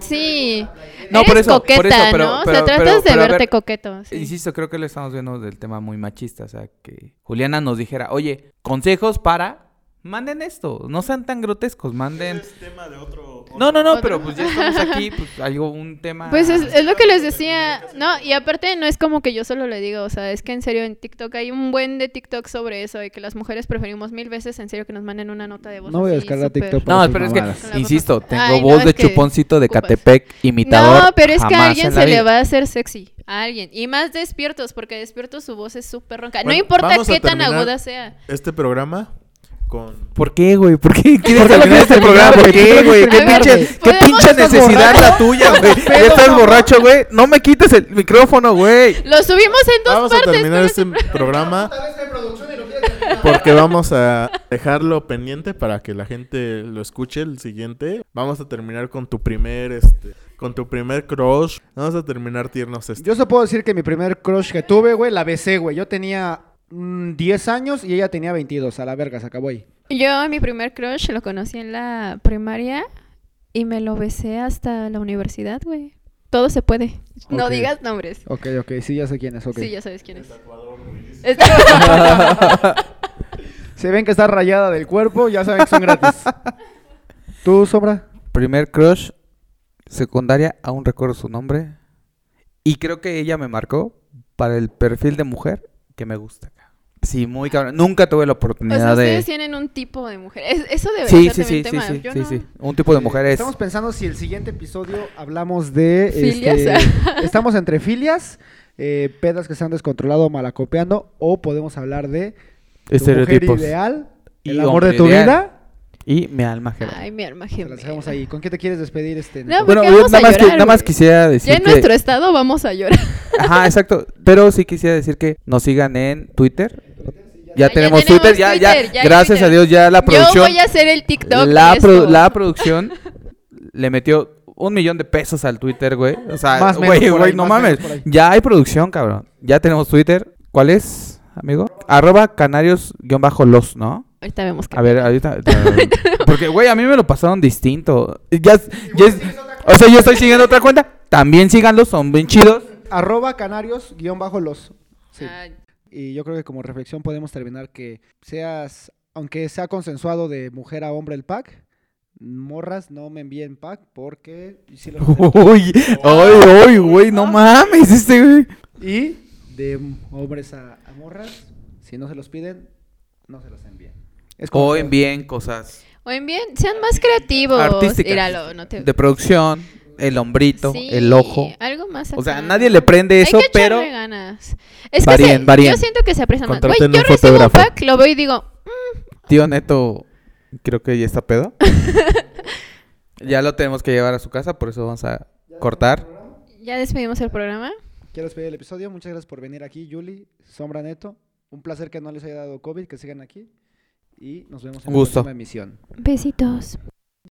[SPEAKER 2] Sí.
[SPEAKER 3] No,
[SPEAKER 2] Eres
[SPEAKER 3] por eso, por
[SPEAKER 2] coqueta,
[SPEAKER 3] eso, pero-
[SPEAKER 2] ¿no? o
[SPEAKER 3] pero-
[SPEAKER 2] sea, tratas
[SPEAKER 3] pero- pero a
[SPEAKER 2] de
[SPEAKER 3] ver,
[SPEAKER 2] verte coqueto. sí.
[SPEAKER 3] Insisto, creo que lo estamos viendo del tema muy machista. O sea, que Juliana nos dijera, oye, consejos para. Manden esto, no sean tan grotescos, manden.
[SPEAKER 4] tema de otro...
[SPEAKER 3] No, no, no,
[SPEAKER 2] Otro.
[SPEAKER 3] pero pues ya estamos aquí, pues algo, un tema.
[SPEAKER 2] Pues es, es lo que les decía, no, y aparte no es como que yo solo le digo, o sea, es que en serio en TikTok hay un buen de TikTok sobre eso, y que las mujeres preferimos mil veces en serio que nos manden una nota de voz.
[SPEAKER 1] No voy a
[SPEAKER 2] así
[SPEAKER 1] descargar
[SPEAKER 2] súper-
[SPEAKER 1] TikTok
[SPEAKER 3] No,
[SPEAKER 1] Por
[SPEAKER 3] pero
[SPEAKER 1] sus
[SPEAKER 3] es que,
[SPEAKER 1] mamadas.
[SPEAKER 3] insisto, tengo
[SPEAKER 2] Ay, no,
[SPEAKER 3] voz de
[SPEAKER 2] es que
[SPEAKER 3] chuponcito de
[SPEAKER 2] ocupas.
[SPEAKER 3] Catepec, imitador.
[SPEAKER 2] No, pero es que
[SPEAKER 3] jamás
[SPEAKER 2] a alguien
[SPEAKER 3] en la
[SPEAKER 2] se le
[SPEAKER 3] vida.
[SPEAKER 2] va a hacer sexy, a alguien, y más despiertos, porque despiertos su voz es súper ronca, no
[SPEAKER 4] Bueno,
[SPEAKER 2] importa
[SPEAKER 4] vamos a
[SPEAKER 2] qué tan
[SPEAKER 4] terminar.
[SPEAKER 2] aguda sea.
[SPEAKER 4] Este programa con...
[SPEAKER 3] ¿Por qué, güey? ¿Por qué quieres
[SPEAKER 1] Porque
[SPEAKER 3] terminar
[SPEAKER 1] no
[SPEAKER 3] este
[SPEAKER 1] quieres
[SPEAKER 3] programa?
[SPEAKER 1] terminar,
[SPEAKER 3] ¿Por
[SPEAKER 1] porque
[SPEAKER 3] qué,
[SPEAKER 1] no
[SPEAKER 3] güey?
[SPEAKER 1] quieres
[SPEAKER 3] ¿Qué
[SPEAKER 2] terminar,
[SPEAKER 3] pinche,
[SPEAKER 2] güey.
[SPEAKER 3] qué
[SPEAKER 2] Podemos-
[SPEAKER 3] pinche
[SPEAKER 1] ¿Estás
[SPEAKER 3] necesidad
[SPEAKER 1] borracho?
[SPEAKER 3] la tuya, güey?
[SPEAKER 1] ¿Estás
[SPEAKER 3] Ya estás
[SPEAKER 1] pedo,
[SPEAKER 3] borracho, güey. No me quites el micrófono, güey.
[SPEAKER 2] Lo subimos en dos
[SPEAKER 4] Vamos a
[SPEAKER 2] partes.
[SPEAKER 4] terminar
[SPEAKER 2] pero
[SPEAKER 4] este programa
[SPEAKER 1] Tal vez hay producción y lo quiere terminar.
[SPEAKER 4] porque vamos a dejarlo pendiente para que la gente lo escuche el siguiente. Vamos a terminar con tu primer, este, con tu primer crush. Vamos a terminar tiernos este.
[SPEAKER 1] Yo solo puedo decir que mi primer crush que tuve, güey, la besé, güey. Yo tenía mm, 10 años y ella tenía 22. A la verga, se acabó ahí.
[SPEAKER 2] Yo a mi primer crush lo conocí en la primaria y me lo besé hasta la universidad, güey. Todo se puede. No
[SPEAKER 1] Ok.
[SPEAKER 2] digas nombres.
[SPEAKER 1] Ok, ok, sí, ya sé quién es, ok.
[SPEAKER 2] Sí, ya sabes quién es. Está-
[SPEAKER 1] Si ven que está rayada del cuerpo, ya saben que son gratis. ¿Tú, Sombra?
[SPEAKER 3] Primer crush, secundaria, aún recuerdo su nombre. Y creo que ella me marcó para el perfil de mujer que me gusta. Sí, muy cabrón. Nunca tuve la
[SPEAKER 2] o sea,
[SPEAKER 3] oportunidad de...
[SPEAKER 2] ustedes tienen un tipo de mujer. Es- eso debería
[SPEAKER 3] Sí,
[SPEAKER 2] ser
[SPEAKER 3] sí, sí,
[SPEAKER 2] también tema.
[SPEAKER 3] sí, sí,
[SPEAKER 2] Yo
[SPEAKER 3] sí,
[SPEAKER 2] no-
[SPEAKER 3] sí. Un tipo de mujer es...
[SPEAKER 1] Estamos pensando si el siguiente episodio hablamos de... este,
[SPEAKER 2] Filias.
[SPEAKER 1] estamos entre filias, eh, pedas que se han descontrolado, malacopeando, o podemos hablar de tu
[SPEAKER 3] Estereotipos.
[SPEAKER 1] mujer ideal,
[SPEAKER 3] Y
[SPEAKER 1] el amor de
[SPEAKER 3] hombre
[SPEAKER 1] tu
[SPEAKER 3] ideal.
[SPEAKER 1] vida.
[SPEAKER 3] Y mi alma gemela.
[SPEAKER 2] Ay, mi alma
[SPEAKER 1] Te las dejamos
[SPEAKER 2] gemela.
[SPEAKER 1] ahí. ¿Con qué te quieres despedir, este?
[SPEAKER 2] No, pues
[SPEAKER 1] Nico?
[SPEAKER 2] porque vamos a
[SPEAKER 3] nada, más que-
[SPEAKER 2] llorar,
[SPEAKER 3] nada más
[SPEAKER 2] güey.
[SPEAKER 3] quisiera decir
[SPEAKER 2] Ya en
[SPEAKER 3] que...
[SPEAKER 2] nuestro estado vamos a llorar.
[SPEAKER 3] Ajá, exacto. Pero sí quisiera decir que nos sigan en Twitter. Ya,
[SPEAKER 2] ya
[SPEAKER 3] tenemos,
[SPEAKER 2] tenemos
[SPEAKER 3] Twitter, ya, ya,
[SPEAKER 2] Twitter, ya hay
[SPEAKER 3] Gracias
[SPEAKER 2] Twitter.
[SPEAKER 3] a Dios, ya la
[SPEAKER 2] Yo
[SPEAKER 3] producción...
[SPEAKER 2] voy a hacer el TikTok. de
[SPEAKER 3] la,
[SPEAKER 2] esto.
[SPEAKER 3] produ- la producción le metió un millón de pesos al Twitter, güey. O sea,
[SPEAKER 1] Más menos
[SPEAKER 3] güey,
[SPEAKER 1] por
[SPEAKER 3] güey,
[SPEAKER 1] ahí,
[SPEAKER 3] no
[SPEAKER 1] más
[SPEAKER 3] mames.
[SPEAKER 1] menos por ahí.
[SPEAKER 3] Ya hay producción, cabrón. Ya tenemos Twitter. ¿Cuál es, amigo? Arroba canarios-los, ¿no?
[SPEAKER 2] Ahorita vemos que.
[SPEAKER 3] A ver, ahorita. Porque, güey, a mí me lo pasaron distinto. Ya, ya es- o sea, yo estoy siguiendo otra cuenta. También síganlos, son bien chidos.
[SPEAKER 1] Arroba canarios guión bajo los. Sí.
[SPEAKER 2] Ay,
[SPEAKER 1] Y yo creo que como reflexión podemos terminar que seas, aunque sea consensuado de mujer a hombre el pack, morras no me envíen pack porque sí los acepto.
[SPEAKER 3] Uy, ay, uy, güey, no mames, este güey.
[SPEAKER 1] y de hombres a, a morras, si no se los piden, no se los envíen. Es como
[SPEAKER 3] O
[SPEAKER 1] todo.
[SPEAKER 3] envíen cosas
[SPEAKER 2] O en bien, sean más creativos.
[SPEAKER 3] Artísticas.
[SPEAKER 2] Míralo, no te.
[SPEAKER 3] de producción, el hombrito,
[SPEAKER 2] Sí,
[SPEAKER 3] el ojo.
[SPEAKER 2] Algo más.
[SPEAKER 3] O sea,
[SPEAKER 2] acá,
[SPEAKER 3] nadie le
[SPEAKER 2] ¿no?
[SPEAKER 3] prende
[SPEAKER 2] Hay
[SPEAKER 3] eso,
[SPEAKER 2] que echarle
[SPEAKER 3] pero
[SPEAKER 2] ganas. Es que
[SPEAKER 3] Varíen,
[SPEAKER 2] se-
[SPEAKER 3] varíen.
[SPEAKER 2] yo siento que se aprecia más. Güey,
[SPEAKER 4] Contraten
[SPEAKER 2] yo
[SPEAKER 4] un
[SPEAKER 2] recibo un
[SPEAKER 4] fotógrafo.
[SPEAKER 2] pack, lo veo y digo,
[SPEAKER 3] tío Neto, creo que ya está pedo. ya lo tenemos que llevar a su casa, por eso vamos a cortar.
[SPEAKER 2] ya despedimos el programa.
[SPEAKER 1] Quiero despedir el episodio. Muchas gracias por venir aquí, Yuli, Sombra Neto. Un placer que no les haya dado COVID, que sigan aquí. Y nos vemos en
[SPEAKER 3] Un gusto.
[SPEAKER 1] la próxima emisión.
[SPEAKER 2] Besitos.